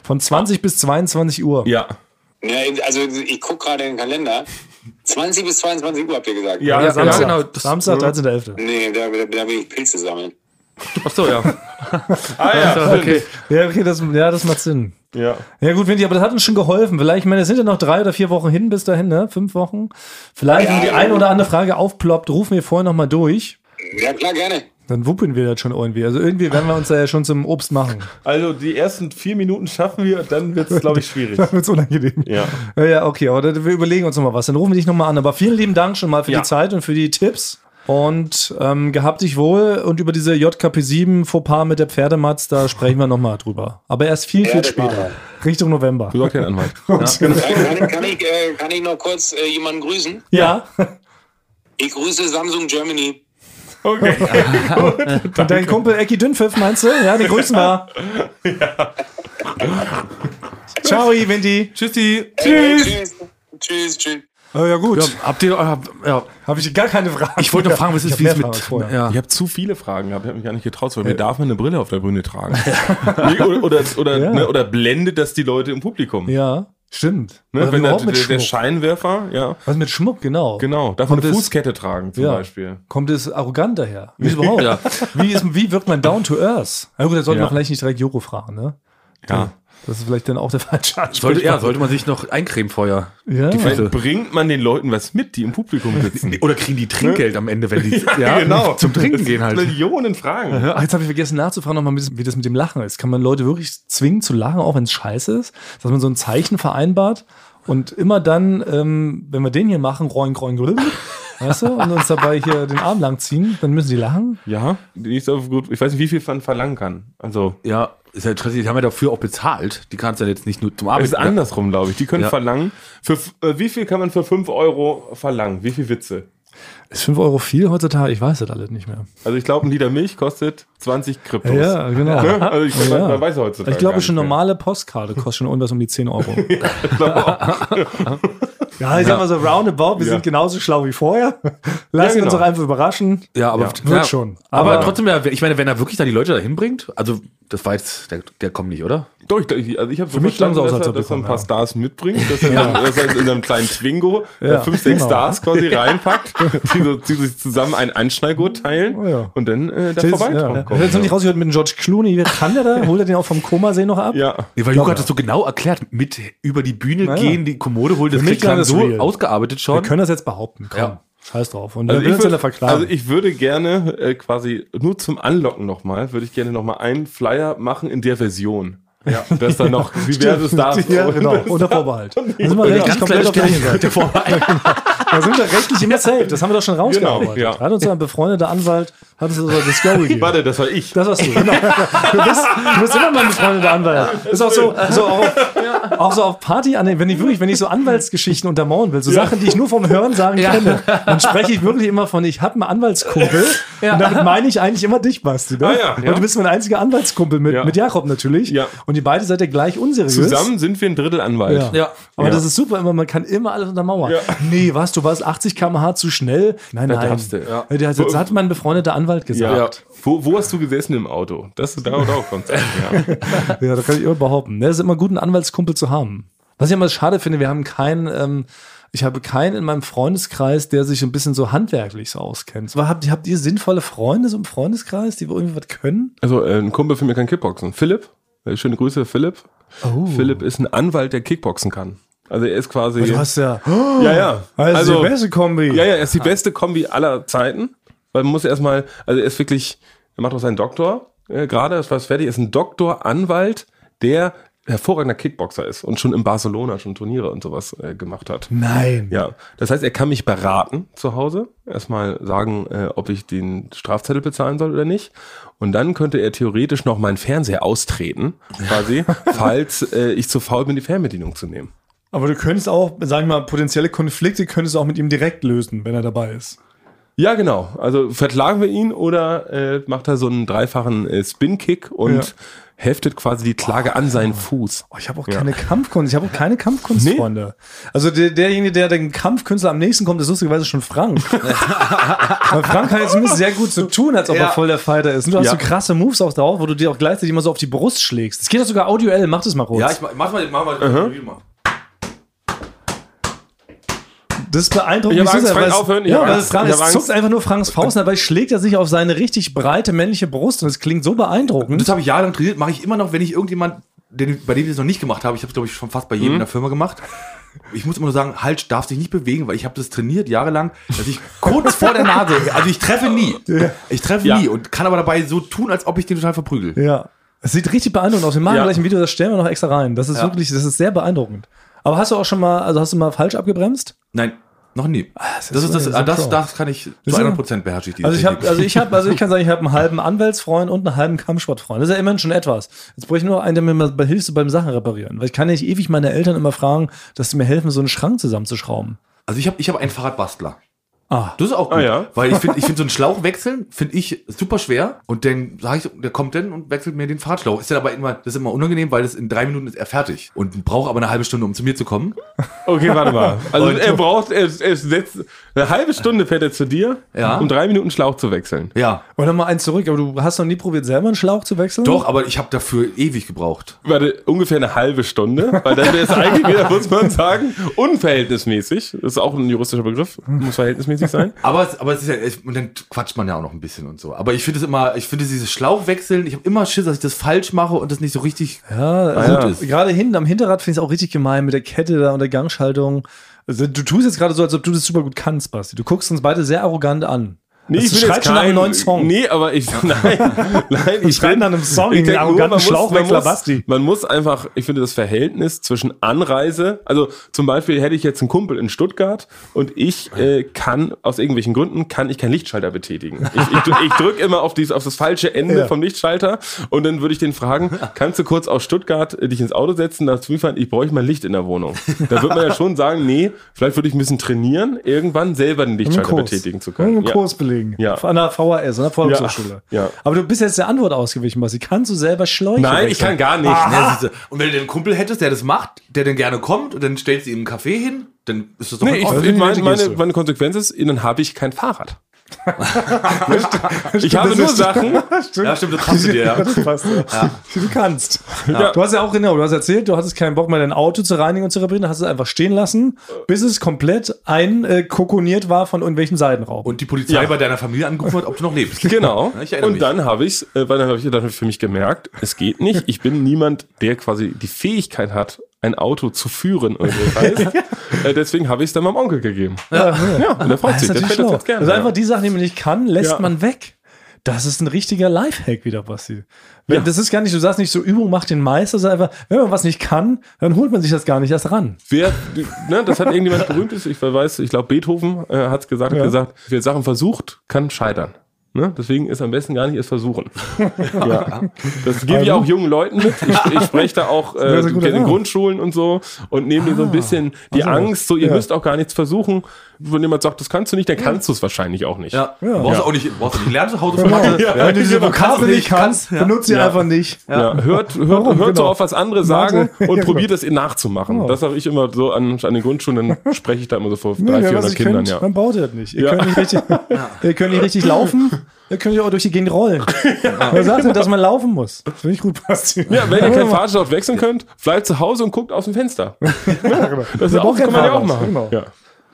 A: von 20 bis 22 Uhr.
B: Ja.
G: Ja, also ich gucke gerade in den Kalender. 20 bis 22 Uhr habt ihr gesagt.
B: Ja, das äh,
C: ja,
B: ist
C: genau.
A: Samstag, 13.11.
G: Nee, da, da, da will ich Pilze sammeln.
C: Achso, ja.
B: Ah, ja.
C: Okay.
A: Ja, okay, das, ja, das macht Sinn.
B: ja.
A: Ja, gut, Vinti, aber das hat uns schon geholfen. Vielleicht, ich meine, es sind ja noch drei oder vier Wochen hin bis dahin, ne? Fünf Wochen. Vielleicht, wenn die eine oder andere Frage aufploppt, rufen wir vorher nochmal durch.
G: Ja, klar, gerne.
A: Dann wuppeln wir das schon irgendwie. Also irgendwie werden wir uns da ja schon zum Obst machen.
B: Also die ersten vier Minuten schaffen wir und dann wird es, glaube ich, schwierig.
A: Dann wird's unangenehm.
B: Ja.
A: Ja, ja, okay, aber dann- wir überlegen uns nochmal was. Dann rufen wir dich nochmal an. Aber vielen lieben Dank schon mal für
B: Ja.
A: die Zeit und für die Tipps. Und ähm, gehabt dich wohl. Und über diese JKP7 Fauxpas mit der Pferdematz, da sprechen wir nochmal drüber. Aber erst viel,
G: Ja,
A: viel
G: das machen
A: später. Richtung November.
B: Besorg dir einen Anwalt.
G: Kann, kann, kann, ich, äh, kann ich noch kurz äh, jemanden grüßen?
A: Ja,
G: Ich grüße Samsung Germany.
B: Okay.
A: und dein Kumpel Ecki Dünnpfiff, meinst du? Ja, den grüßen wir. Ciao, Windy.
C: Tschüssi.
G: Tschüss. Äh, tschüss. Tschüss, tschüss.
A: Oh, ja, gut.
C: Ja, habt ihr, ja, ja.
A: Habe ich gar keine Frage.
C: Ich wollte noch fragen, was ist, wie es mit,
A: Ja.
C: ja.
B: Ich habe zu viele Fragen gehabt, ich habe mich gar nicht getraut, weil mir darf man eine Brille auf der Bühne tragen. Nee, oder, oder, oder,
A: Ja.
B: ne, oder blendet das die Leute im Publikum.
A: ja, stimmt.
B: Ne,
A: Oder
B: wenn der,
A: überhaupt
B: der, der
A: Schmuck.
B: Scheinwerfer, ja,
A: Was mit Schmuck, genau.
B: genau, darf man
A: Und
B: eine
A: das-
B: Fußkette tragen zum
A: ja.
B: Beispiel.
A: Kommt es arrogant daher? Wie überhaupt?
C: Ja.
A: Wie, ist, wie wirkt man down to earth? Na gut, da sollten
B: Ja.
A: wir vielleicht nicht direkt Joko fragen, ne?
B: Ja.
A: Das ist vielleicht dann auch der falsche Ansprechpartner.
C: Sollte, ja, sollte man sich noch eincremen vorher.
A: Ja.
C: Die
B: Vielleicht
C: Füße.
B: bringt man den Leuten was mit, die im Publikum sitzen.
C: Oder kriegen die Trinkgeld am Ende, wenn die genau.
A: genau.
C: zum Trinken
B: Es
C: gehen
B: gibt
C: halt.
B: Millionen Fragen.
A: Ah, Jetzt habe ich vergessen nachzufragen, nochmal, wie das mit dem Lachen ist. Kann man Leute wirklich zwingen zu lachen, auch wenn es scheiße ist? Dass man so ein Zeichen vereinbart und immer dann, ähm, wenn wir den hier machen, roing, roing, roing, weißt du, und uns dabei hier den Arm lang ziehen, dann müssen die lachen.
B: Ja, die ist auch gut. Ich weiß nicht, wie viel man verlangen kann. Also,
C: Ja, ist ja interessant, die haben ja dafür auch bezahlt. Die kannst du ja jetzt nicht nur zum
B: aber
C: Arbeiten.
B: es ist andersrum, glaube ich. Die können
C: Ja.
B: verlangen. Für, f- äh, wie viel kann man für 5 Euro verlangen? Wie viel Witze?
A: Ist 5 Euro viel heutzutage? Ich weiß das alles nicht mehr.
B: Also, ich glaube, ein Liter Milch kostet 20 Kryptos.
A: Ja, genau.
B: Ne? Also, ich, man, man weiß heutzutage.
A: Ich glaube,
B: gar
A: schon
B: nicht mehr.
A: normale Postkarte kostet schon irgendwas um die 10 Euro. ja, ich sag mal so roundabout, wir
B: Ja.
A: sind genauso schlau wie vorher. Lassen
B: genau.
A: uns doch einfach überraschen.
C: Ja, aber
A: wird schon.
C: Aber,
A: Aber-
C: trotzdem, ja, ich meine, wenn er wirklich da die Leute dahin bringt, also das war jetzt, der, der kommt nicht, oder?
B: Doch, ich, glaub, ich- also ich habe so
A: mich klang
B: verstanden,
A: es aus, als
B: dass, er,
A: ob die
B: dass er ein
A: kommen,
B: paar
A: ja.
B: Stars mitbringt, dass er, dann, dass er in seinem kleinen Twingo
A: Ja,
B: 5, 6
A: genau.
B: Stars quasi reinpackt, die, so, die sich zusammen einen Anschnallgurt teilen
A: Oh ja.
B: und dann äh, da
A: Tills- ja.
B: vorbeikommen.
A: Ich hab Jetzt noch nicht rausgehört mit dem George Clooney. Kann der da? Holt er den auch vom Komasee noch ab?
B: ja.
C: Nee, weil Luca hat das so genau erklärt. Mit über die Bühne
A: Naja.
C: gehen, die Kommode holen, das
A: Für mich
C: kriegt man
A: klang das
C: so
A: real.
C: ausgearbeitet
A: Wir
C: schon.
A: können das jetzt behaupten. Komm,
C: Ja.
A: scheiß drauf. Und
B: Also
A: wir
B: ich,
A: uns ja
B: würd,
A: verklagen.
B: also ich würde gerne äh, quasi nur zum Anlocken nochmal, würde ich gerne nochmal einen Flyer machen in der Version. Ja. Dass da noch diverse Stars
A: ja, genau, unter Vorbehalt. Da sind wir rechtlich komplett auf der
C: gleich-
A: linken Seite. Da sind wir rechtlich immer safe. Das haben wir doch schon rausgearbeitet.
B: Genau, ja.
A: Da hat uns ein befreundeter Anwalt Haben sie unser Discovery gegeben.
B: Warte, das war ich.
A: Das warst du, genau. Du bist, du bist immer mein befreundeter Anwalt. Ist auch so, so auch, auf, auch so auf Party an, wenn ich wirklich, wenn ich so Anwaltsgeschichten untermauern will, so Sachen, die ich nur vom Hören sagen kenne, dann spreche ich wirklich immer von, ich habe einen Anwaltskumpel
F: Ja.
A: und damit meine ich eigentlich immer dich, Basti. Ne?
B: Ah, ja, ja.
A: Und du bist mein einziger Anwaltskumpel mit,
B: Ja.
A: mit Jakob natürlich.
B: Ja.
A: Und ihr beide seid ja gleich unseriös.
B: Zusammen sind wir ein Drittel Anwalt.
A: Ja.
F: Ja.
A: Aber
B: Ja.
A: das ist super, immer, man kann immer alles untermauern.
B: Ja.
A: Nee, was, du warst 80 km/h zu schnell? Nein, nein.
B: darfst du. Ja.
A: Der, das hat mein befreundeter Anwalt gesagt.
B: Ja. Wo, wo hast du gesessen im Auto? Das da und auch kommt's an. Ja.
A: Ja, das kann ich immer behaupten. Das ist immer gut, einen Anwaltskumpel zu haben. Was ich immer schade finde, wir haben keinen, ähm, ich habe keinen in meinem Freundeskreis, der sich ein bisschen so handwerklich so auskennt. Aber habt, habt ihr sinnvolle Freunde so im Freundeskreis, die irgendwie was können?
B: Also äh, ein Kumpel von mir kann Kickboxen. Philipp, äh, schöne Grüße, Philipp.
A: Oh.
B: Philipp ist ein Anwalt, der Kickboxen kann. Also er ist quasi.
A: Du hast ja,
B: ja, ja.
A: also, die beste Kombi.
B: Ja, ja, er ist die beste Kombi aller Zeiten. Weil man muss erstmal, also er ist wirklich, er macht auch seinen Doktor äh, gerade, das war's fertig, er ist ein Doktor, Anwalt, der hervorragender Kickboxer ist und schon in Barcelona schon Turniere und sowas äh, gemacht hat.
A: Nein.
B: Ja, das heißt, er kann mich beraten zu Hause, erstmal sagen, äh, ob ich den Strafzettel bezahlen soll oder nicht. Und dann könnte er theoretisch noch meinen Fernseher austreten, quasi, falls äh, ich zu faul bin, die Fernbedienung zu nehmen.
A: Aber du könntest auch, sag ich mal, potenzielle Konflikte könntest du auch mit ihm direkt lösen, wenn er dabei ist.
B: Ja, genau. Also verklagen wir ihn oder äh, macht er so einen dreifachen äh, Spin-Kick und
A: Ja.
B: heftet quasi die Klage an seinen Fuß.
A: Oh, ich habe auch keine Kampfkunst, ich habe auch keine Kampfkunstfreunde. Also der, derjenige, der den Kampfkünstler am nächsten kommt, ist lustigerweise schon Frank. Weil Frank hat jetzt zumindest sehr gut zu tun, als ob er voll der Fighter ist. Und du hast
B: Ja.
A: so krasse Moves auch drauf, wo du dir auch gleichzeitig immer so auf die Brust schlägst. Das geht doch sogar audioell, mach das mal kurz.
C: Ja, ich mach mach mal, mach mal, probier mal.
A: das ist beeindruckend.
B: Ich hab
A: wie es
B: Angst,
A: ist,
B: Frank,
A: weil es-
B: aufhören. Ich
A: Ja,
B: hab
A: weil
B: Angst,
A: es, Frank,
B: ich
A: es
B: hab Angst.
A: zuckt einfach nur Franks Faust, dabei schlägt er sich auf seine richtig breite männliche Brust und es klingt so beeindruckend.
C: Das habe ich jahrelang trainiert, mache ich immer noch, wenn ich irgendjemand, den, bei dem ich das noch nicht gemacht habe, ich habe es, glaube ich, schon fast bei
A: Mhm.
C: jedem in der Firma gemacht. Ich muss immer nur sagen, halt, darfst dich nicht bewegen, weil ich habe das trainiert jahrelang, dass ich kurz vor der Nase, also ich treffe nie. Ich treffe nie und kann aber dabei so tun, als ob ich den total verprügel.
A: Ja. Es sieht richtig beeindruckend aus. Wir machen
B: Ja.
A: gleich ein Video, das stellen wir noch extra rein. Das ist wirklich, das ist sehr beeindruckend. Aber hast du auch schon mal, also hast du mal falsch abgebremst?
C: Nein, noch nie.
A: Ah, ist
C: Das, ist das,
A: so
C: das, das,
A: pro.
C: kann ich zu
A: ist so-
C: 100 Prozent beherrsche ich diese
A: Also ich habe,
C: Technik.
A: also ich habe, also ich kann sagen, ich habe einen halben Anwaltsfreund und einen halben Kampfsportfreund. Das ist ja immerhin schon etwas. Jetzt brauche ich nur einen, der mir mal hilft so beim Sachen reparieren, weil ich kann nicht ewig meine Eltern immer fragen, dass sie mir helfen, so einen Schrank zusammenzuschrauben.
C: Also ich habe ich hab einen Fahrradbastler.
A: Ah.
C: Das ist auch gut.
B: Ah, ja.
C: Weil ich finde ich find so einen Schlauch wechseln, finde ich super schwer. Und dann sage ich, so, der kommt dann und wechselt mir den Fahrradschlauch. Ist dann aber immer, das ist immer unangenehm, weil das in drei Minuten ist er fertig. Und braucht aber eine halbe Stunde, um zu mir zu kommen.
B: Okay, warte mal. Also er braucht, er, er setzt, eine halbe Stunde fährt er zu dir,
C: Ja.
B: um drei Minuten Schlauch zu wechseln.
C: Ja.
A: Oder mal eins zurück, aber du hast noch nie probiert, selber einen Schlauch zu wechseln?
C: Doch, aber ich habe dafür ewig gebraucht.
B: Warte, ungefähr eine halbe Stunde, weil dann wäre es eigentlich, da muss man sagen, unverhältnismäßig. Das ist auch ein juristischer Begriff, muss verhältnismäßig sein.
C: Aber, es- aber es ist ja, ich, und dann quatscht man ja auch noch ein bisschen und so. Aber ich finde es immer, ich finde dieses Schlauchwechseln, ich habe immer Schiss, dass ich das falsch mache und das nicht so richtig Ah,
A: Ja, also
B: Ah, ja.
A: gut ist. gerade hinten am Hinterrad finde ich es auch richtig gemein mit der Kette da und der Gangschaltung. Also du tust jetzt gerade so, als ob du das super gut kannst, Basti. Du guckst uns beide sehr arrogant an.
B: Nee,
A: Das
B: ich will
A: schreit
B: jetzt
A: schon Also nach einem
B: keinen-
A: neuen Song.
B: Nee, aber ich, nein, nein, ich
A: schreit
B: bin-
A: nach einem Song gegen
B: denk
A: den
B: nur,
A: arroganten
B: man muss-
A: Schlauchwechsler
B: man muss-
A: Basti.
B: Man muss einfach, ich finde das Verhältnis zwischen Anreise, also zum Beispiel hätte ich jetzt einen Kumpel in Stuttgart und ich äh, kann, aus irgendwelchen Gründen, kann ich keinen Lichtschalter betätigen. Ich, ich, dr- ich drücke immer auf, dies, auf das falsche Ende
A: Ja.
B: vom Lichtschalter und dann würde ich den fragen, kannst du kurz aus Stuttgart äh, dich ins Auto setzen, dazu fahren, ich bräuchte mal Licht in der Wohnung. Da wird man ja schon sagen, nee, vielleicht würde ich ein bisschen trainieren, irgendwann selber den
A: Einen
B: Lichtschalter
A: Kurs.
B: betätigen zu können.
A: Einen
B: Ja.
A: Kurs belegen.
B: Ja.
A: Auf einer VHS, einer Volkshochschule.
B: Ja. Ja.
A: Aber du bist jetzt der Antwort ausgewichen, Basti. Kannst du selber schläuchen?
B: Nein, ich kann gar nicht.
C: Ja, siehste. Und wenn du den Kumpel hättest, der das macht, der dann gerne kommt und dann stellst du ihm einen Kaffee hin, dann ist das doch
B: Nee,
C: in
B: ich,
C: Ordnung.
B: ich meine,
A: gehst
B: meine,
A: du.
B: meine Konsequenz ist, dann habe ich kein Fahrrad. ich habe nur Sachen.
C: Ja, stimmt, das passt zu dir, ja.
A: Das passt, ja. Du kannst.
B: Ja.
A: Du hast ja auch genau, du hast erzählt, du hattest keinen Bock mehr, dein Auto zu reinigen und zu reparieren, hast es einfach stehen lassen, bis es komplett einkokoniert war von irgendwelchen Seidenrauben.
C: Und die Polizei bei deiner Familie angerufen hat, ob du noch lebst.
B: Genau.
C: Ja, ich erinnere
B: Und
C: mich.
B: dann habe ich, äh, weil dann habe ich dann für mich gemerkt, es geht nicht. Ich bin niemand, der quasi die Fähigkeit hat, ein Auto zu führen. Oder wie das heißt. äh, deswegen habe ich es dann meinem Onkel gegeben. Ja, und der freut
A: das
B: sich.
A: ist natürlich
B: Der fährt das
A: schlau.
B: jetzt gerne.
A: also einfach
B: ja.
A: die Sachen, die man nicht kann, lässt
B: Ja.
A: man weg. Das ist ein richtiger Lifehack wieder, Basti. Wenn,
B: Ja.
A: Das ist gar nicht, du sagst nicht so, Übung macht den Meister, sondern einfach, wenn man was nicht kann, dann holt man sich das gar nicht erst ran.
B: Wer, ne, das hat irgendjemand berühmtes, ich weiß, ich glaube Beethoven äh, hat es gesagt, hat gesagt, wer Sachen versucht, kann scheitern. Ne? Deswegen ist am besten gar nicht erst versuchen. ja. Das gebe ich auch jungen Leuten mit. Ich, ich spreche da auch äh,
A: ist ein guter
B: in
A: Rat.
B: Grundschulen und so und nehme denen so ein bisschen die Angst, so
A: Ah,
B: ihr
A: also, Ja.
B: müsst auch gar nichts versuchen. Wenn jemand sagt, das kannst du nicht, dann kannst du es wahrscheinlich auch nicht.
C: Ja.
A: Ja.
C: Brauchst du auch nicht, brauchst du nicht lernen zu Hause für Mathe.
A: Ja, Wenn du diese
C: genau.
A: Vokabel nicht kannst,
C: Ja.
A: benutze sie
B: Ja.
A: einfach nicht.
B: Ja. Hört, hört,
A: Warum?
B: hört so
A: Genau.
B: auf, was andere sagen
A: Ja,
B: und
A: genau. Oh.
B: probiert es nachzumachen. Das sage ich immer so an, an den Grundschulen, dann spreche ich da immer so vor
A: Nee,
B: 300,
A: wer was
B: 400
A: nicht
B: Kindern.
A: könnt,
B: ja.
A: Dann baut ihr das nicht. Ihr,
B: Ja.
A: könnt nicht richtig, ihr könnt nicht richtig laufen, ihr könnt ja auch durch die Gegend rollen. Wer sagt denn, dass man laufen muss? Das finde ich gut passt.
B: Ja, wenn ihr keinen Fahrradort wechseln könnt, bleibt zu Hause und guckt aus dem Fenster. Das, ist
A: braucht
B: auch,
A: kein
B: kann man ja auch
A: Fahrrad,
B: machen.
A: genau.
B: Ja.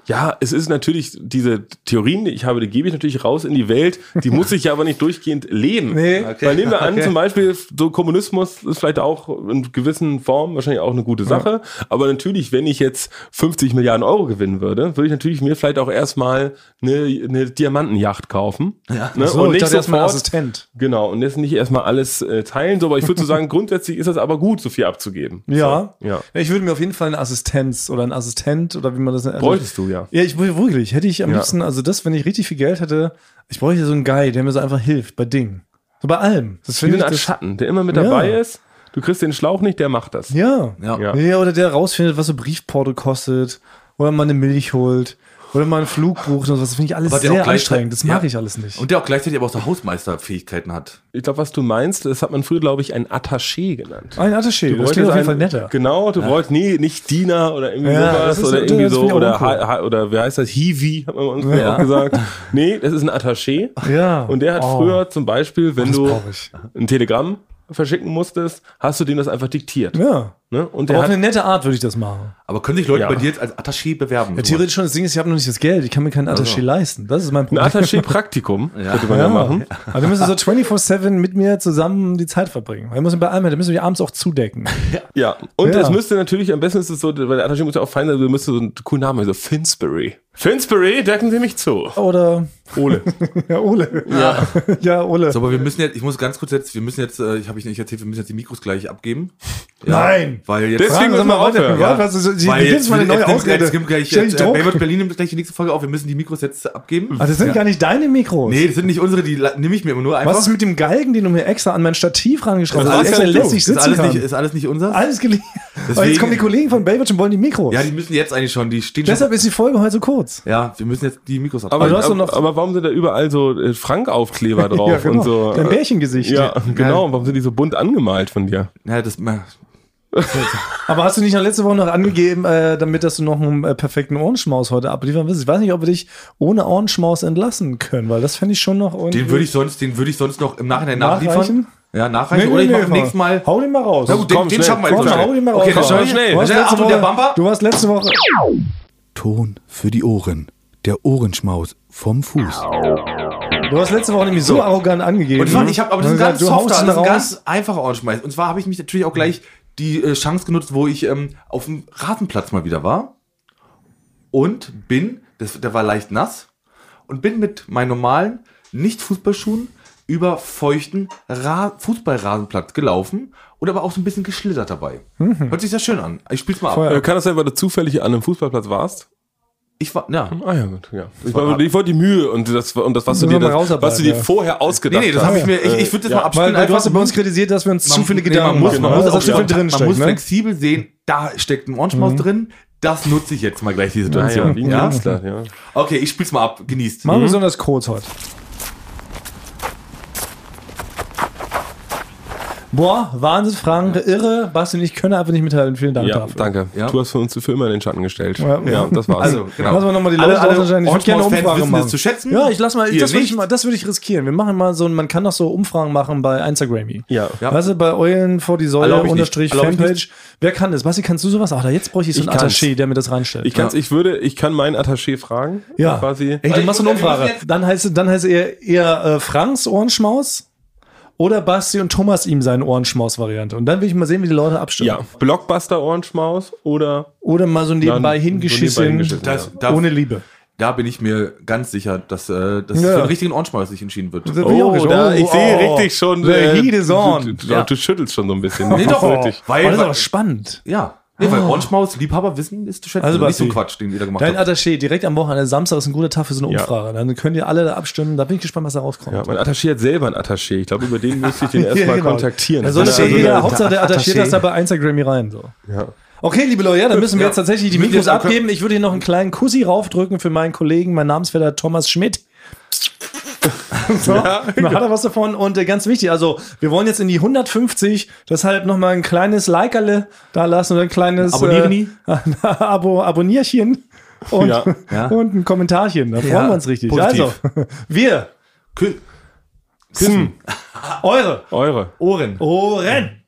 B: ja, es ist natürlich, diese Theorien, die ich habe, die gebe ich natürlich raus in die Welt, die muss ich ja aber nicht durchgehend leben.
A: Nee.
B: Weil nehmen wir an, zum Beispiel, so Kommunismus ist vielleicht auch in gewissen Formen wahrscheinlich auch eine gute Sache. Aber natürlich, wenn ich jetzt 50 Milliarden Euro gewinnen würde, würde ich natürlich mir vielleicht auch erstmal eine, eine Diamantenjacht kaufen. Ja. Ne?
A: So,
B: und
A: ich
B: nicht
A: dachte erst mal
B: sofort,
A: Assistent.
B: Genau, und jetzt nicht erstmal alles äh, teilen, so, aber ich würde so sagen, grundsätzlich ist das aber gut, so viel abzugeben.
A: Ja.
B: So, ja.
A: Ich würde mir auf jeden Fall eine Assistenz oder einen Assistent oder wie man das nennt. also-
B: Bräuchtest du, ja.
A: Ja, ich wirklich. Hätte ich am liebsten, also das, wenn ich richtig viel Geld hätte, ich bräuchte so einen Guy, der mir so einfach hilft bei Dingen. So bei allem. Das finde
B: Diesen
A: ich
B: als
A: das,
B: Schatten, der immer mit dabei
A: Ja.
B: ist. Du kriegst den Schlauch nicht, der macht das.
A: Ja.
C: Ja.
B: Ja.
A: Ja. oder der rausfindet, was so Briefporto kostet, oder mal eine Milch holt, oder mal einen Flug bucht und so. Das finde ich alles
C: Aber der auch
A: sehr
C: gleichzeitig-
A: anstrengend. Das mag
C: Ja.
A: ich alles nicht.
C: Und der auch gleichzeitig aber auch so Hausmeisterfähigkeiten hat.
B: Ich glaube, was du meinst, das hat man früher, glaube ich, ein Attaché genannt.
A: ein Attaché, Ah, das
B: wolltest
A: klingt auf jeden Fall
B: einen-
A: netter.
B: Genau, du wolltest nee, nicht Diener oder irgendwie
A: Ja,
B: sowas
A: das ist-
B: oder
A: das
B: irgendwie
A: ist
B: so
A: mir
B: oder,
A: uncool.
B: ha, ha- oder wer heißt das? Hiwi, hat man uns
A: Ja.
B: auch gesagt. Nee, das ist ein Attaché.
A: Ja.
B: Und der hat
A: Oh.
B: früher zum Beispiel, wenn
A: das
B: du
A: brauch ich.
B: ein Telegramm verschicken musstest, hast du dem das einfach diktiert.
A: Ja.
B: Ne? Und
A: Aber
B: der
A: auf
B: hat
A: eine nette Art würde ich das machen.
C: Aber können sich Leute
B: Ja.
C: bei dir jetzt als Attaché bewerben?
A: Ja, theoretisch schon. Das Ding ist, ich habe noch nicht das Geld. Ich kann mir keinen Attaché leisten. Das ist mein
B: Also. Ein
A: Problem.
B: Attaché-Praktikum könnte man ja,
A: Ja.
B: machen.
A: Aber wir müssen so 24-7 mit mir zusammen die Zeit verbringen. Weil wir müssen bei allem, da müssen wir abends auch zudecken.
B: Ja. Und
A: Ja.
B: es müsste natürlich, am besten ist es so, weil der Attaché muss ja auch fein sein, du müsste so einen coolen Namen, so Finsbury. Finsbury, decken Sie mich zu.
A: Oder
B: Ole.
A: ja, Ole. Ja, Ole.
C: So, aber wir müssen jetzt, ich muss ganz kurz jetzt, wir müssen jetzt, äh, ich habe ich nicht erzählt, wir müssen jetzt die Mikros gleich abgeben. Ja,
A: Nein.
C: Weil jetzt.
B: Deswegen müssen wir aufhören.
A: Ja. Was ist, die,
C: Weil
A: die
C: jetzt,
A: jetzt mal eine neue
C: jetzt,
A: Ausrede.
C: Jetzt, gibt gleich,
A: Stell
C: jetzt,
A: dich
C: äh,
A: Druck.
C: Baywatch Berlin nimmt gleich die nächste Folge auf. Wir müssen die Mikros jetzt abgeben.
A: Ah, das sind gar nicht deine Mikros.
C: Nee, das sind nicht unsere, die la- nehme ich mir immer nur einfach.
A: Was ist mit dem Galgen, den du mir extra an mein Stativ rangeschraubt
C: Das
A: hast?
C: ist
A: dass ich extra lässig
C: alles gar nicht du. ist
A: sitzen
C: alles
A: kann.
C: nicht, ist alles nicht unseres?
A: alles geliehen. Aber
C: Deswegen-
A: jetzt kommen die Kollegen von Baywatch und wollen die Mikros.
C: ja, die müssen jetzt eigentlich schon, die stehen
A: Deshalb ist die Folge heute so kurz.
C: schon. Ja, wir müssen jetzt die Mikros abgeben.
B: Aber,
A: Aber du hast doch
B: aber,
A: noch-
B: aber warum sind da überall so äh, Frank-Aufkleber drauf
A: Ja, genau.
B: und so?
A: Dein
B: äh,
A: Bärchengesicht.
B: ja, genau. Warum sind die so bunt angemalt von dir?
C: ja, das, na,
A: Aber hast du nicht noch letzte Woche noch angegeben, äh, damit dass du noch einen äh, perfekten Ohrenschmaus heute abliefern wirst? Ich weiß nicht, ob wir dich ohne Ohrenschmaus entlassen können, weil das fände ich schon noch irgendwie
C: den würde ich sonst, den würde ich sonst noch im Nachhinein nachliefern.
A: Nachreichen?
C: Ja, nachreichen. Oder ich mache nächstes Mal.
A: Hau den mal raus.
C: Na gut, den,
B: Komm,
C: den
B: schnell,
C: schaffen wir
A: Komm,
C: jetzt
A: hau den mal raus.
C: Okay, das
A: Komm.
C: schauen wir schnell.
A: Du warst,
C: Schnell,
A: letzte
C: Achtung,
A: Woche,
C: der Bumper.
A: du warst letzte Woche.
F: Ton für die Ohren. Der Ohrenschmaus vom Fuß.
A: Du hast letzte Woche nämlich so, arrogant angegeben.
C: Und ich fand, ich habe aber das ist ein
A: Und
C: ganz
A: gesagt,
C: softer, das
A: Du
C: ist
A: haust
C: ein
A: ihn raus.
C: ganz einfacher Ohrenschmeiß. Und zwar habe ich mich natürlich auch gleich die äh, Chance genutzt, wo ich ähm, auf dem Rasenplatz mal wieder war und bin, das, der war leicht nass und bin mit meinen normalen nicht Fußballschuhen über feuchten Ra Fußballrasenplatz gelaufen und aber auch so ein bisschen geschlittert dabei. Hört sich sehr schön an. Ich spiel's mal ab.
A: Mhm. Voll. Ja.
B: Äh, Kann das sein, weil du zufällig an einem Fußballplatz warst?
C: Ich war, ja.
A: Mhm.
B: Ah ja, gut, ja. Ich, war, ich wollte die Mühe und das, und das was du
A: Müssen
B: dir,
A: wir mal
B: das, was du
A: rausarbeiten,
B: dir
A: ja.
B: vorher
C: Nee,
B: ausgedacht
C: nee, das habe ich mir, ich, ich würde das
B: Ja.
C: mal abspielen.
A: Weil, weil du
C: einfach.
A: hast äh, ja bei uns kritisiert, dass wir uns zu viele
C: nee,
A: Gedanken
C: man muss, man
A: machen.
C: muss
A: Dass
C: auch
A: auch zu viel
C: flexibel
A: drin
C: Man muss
A: ne? Mhm.
C: flexibel sehen, da steckt ein Ohrenschmaus drin. Das nutze ich jetzt mal gleich, die
B: Ah, ja,
C: Situation.
B: wie ein
C: Ja?
B: Künstler, ja.
C: Okay, ich spiel's mal ab. Genießt.
A: Machen wir besonders kurz heute. Boah, Wahnsinn, Frank, irre. Basti und ich können einfach nicht mithalten. Vielen Dank
B: Ja,
A: dafür.
B: danke.
C: Ja.
B: Du hast für uns für immer in den Schatten gestellt.
A: Ja.
B: das war's.
C: Also, genau.
A: Lass mal nochmal die
C: Alle-
A: Leute
C: alle
A: ausentscheiden. Ich würde gerne eine
C: Ortsmaus-Fans
A: Umfrage
C: wissen
A: machen.
C: das zu schätzen.
A: Ja, ich lass mal,
C: Ihr
A: das würde ich,
C: nicht?
A: mal, das würde ich riskieren. Wir machen mal so, ein- man kann doch so Umfragen machen bei Instagram.
B: Ja.
C: Ja.
A: Weißt du, bei Eulen vor die Säule
C: Erlaub ich
A: unterstrich
C: nicht. Erlaub ich
A: Fanpage. Wer kann das? Basti, kannst du sowas? Ach, da jetzt bräuchte ich so
B: Ich
A: einen
B: kann's.
A: Attaché, der mir das reinstellt.
B: Ich kann's, ich würde, ich kann meinen Attaché fragen.
A: Ja.
B: Quasi.
A: Ey, dann
C: ich
A: machst du eine
C: muss ja- wir
A: Umfrage.
C: müssen
A: Dann heißt, dann heißt er eher äh, Franks Ohrenschmaus oder Basti und Thomas ihm seine Ohrenschmaus-Variante. Und dann will ich mal sehen, wie die Leute abstimmen.
B: Ja. Blockbuster Ohrenschmaus oder
A: Oder mal so nebenbei
B: Dann so nebenbei
A: hingeschissen,
B: hingeschissen,
C: Das- ja.
A: ohne Liebe.
C: Da bin ich mir ganz sicher, dass äh, das
A: Ja.
C: für den richtigen Ohrenschmaus sich entschieden wird.
A: Da bin ich auch gespannt.
B: da, ich
A: Oh,
B: sehe
A: oh.
B: richtig schon. äh,
A: The heat is
B: du,
A: on.
B: du, du, du schüttelst schon so ein bisschen.
C: Nee, doch.
B: Das ist richtig.
A: Oh, das
C: Weil,
A: ist
C: weil
A: aber spannend.
C: ja. Nee, weil Orange Maus Liebhaber wissen, ist zu schätzen.
A: Also,
C: nicht so ein
A: Basti,
C: Quatsch, den ihr da gemacht
A: Dein
C: habt.
A: Attaché, direkt am Wochenende, Samstag ist ein guter Tag für so eine
B: Ja.
A: Umfrage. Dann könnt ihr alle da abstimmen. Da bin ich gespannt, was da rauskommt.
B: Ja, mein Attaché hat selber einen Attaché. Ich glaube, über den müsste ich den erstmal
A: genau.
B: kontaktieren. Also,
A: Er soll
B: Das
A: das ja,
B: ist ja so
A: jeder,
B: eine-
A: Hauptsache der
C: Attaché.
A: Attaché, das da bei Instagram hier rein. So.
B: ja.
A: Okay, liebe Leute, ja, dann müssen wir
C: Ja.
A: jetzt tatsächlich die
C: Mit
A: Mikros
C: dem-
A: abgeben. Ich würde hier noch einen kleinen Kussi raufdrücken für meinen Kollegen, mein Namensvetter Thomas Schmidt. So, man hat er was davon. Und äh, ganz wichtig, also wir wollen jetzt in die 150, deshalb nochmal ein kleines Likerle da lassen oder ein kleines
C: Abonnieren.
A: äh, Abo, Abonnierchen und,
B: Ja.
C: Ja.
A: und ein Kommentarchen. Da freuen
C: Ja,
A: wir uns richtig.
C: positiv.
A: Also, wir,
C: Kü-
A: eure
B: Eure.
C: Ohren.
A: Ohren.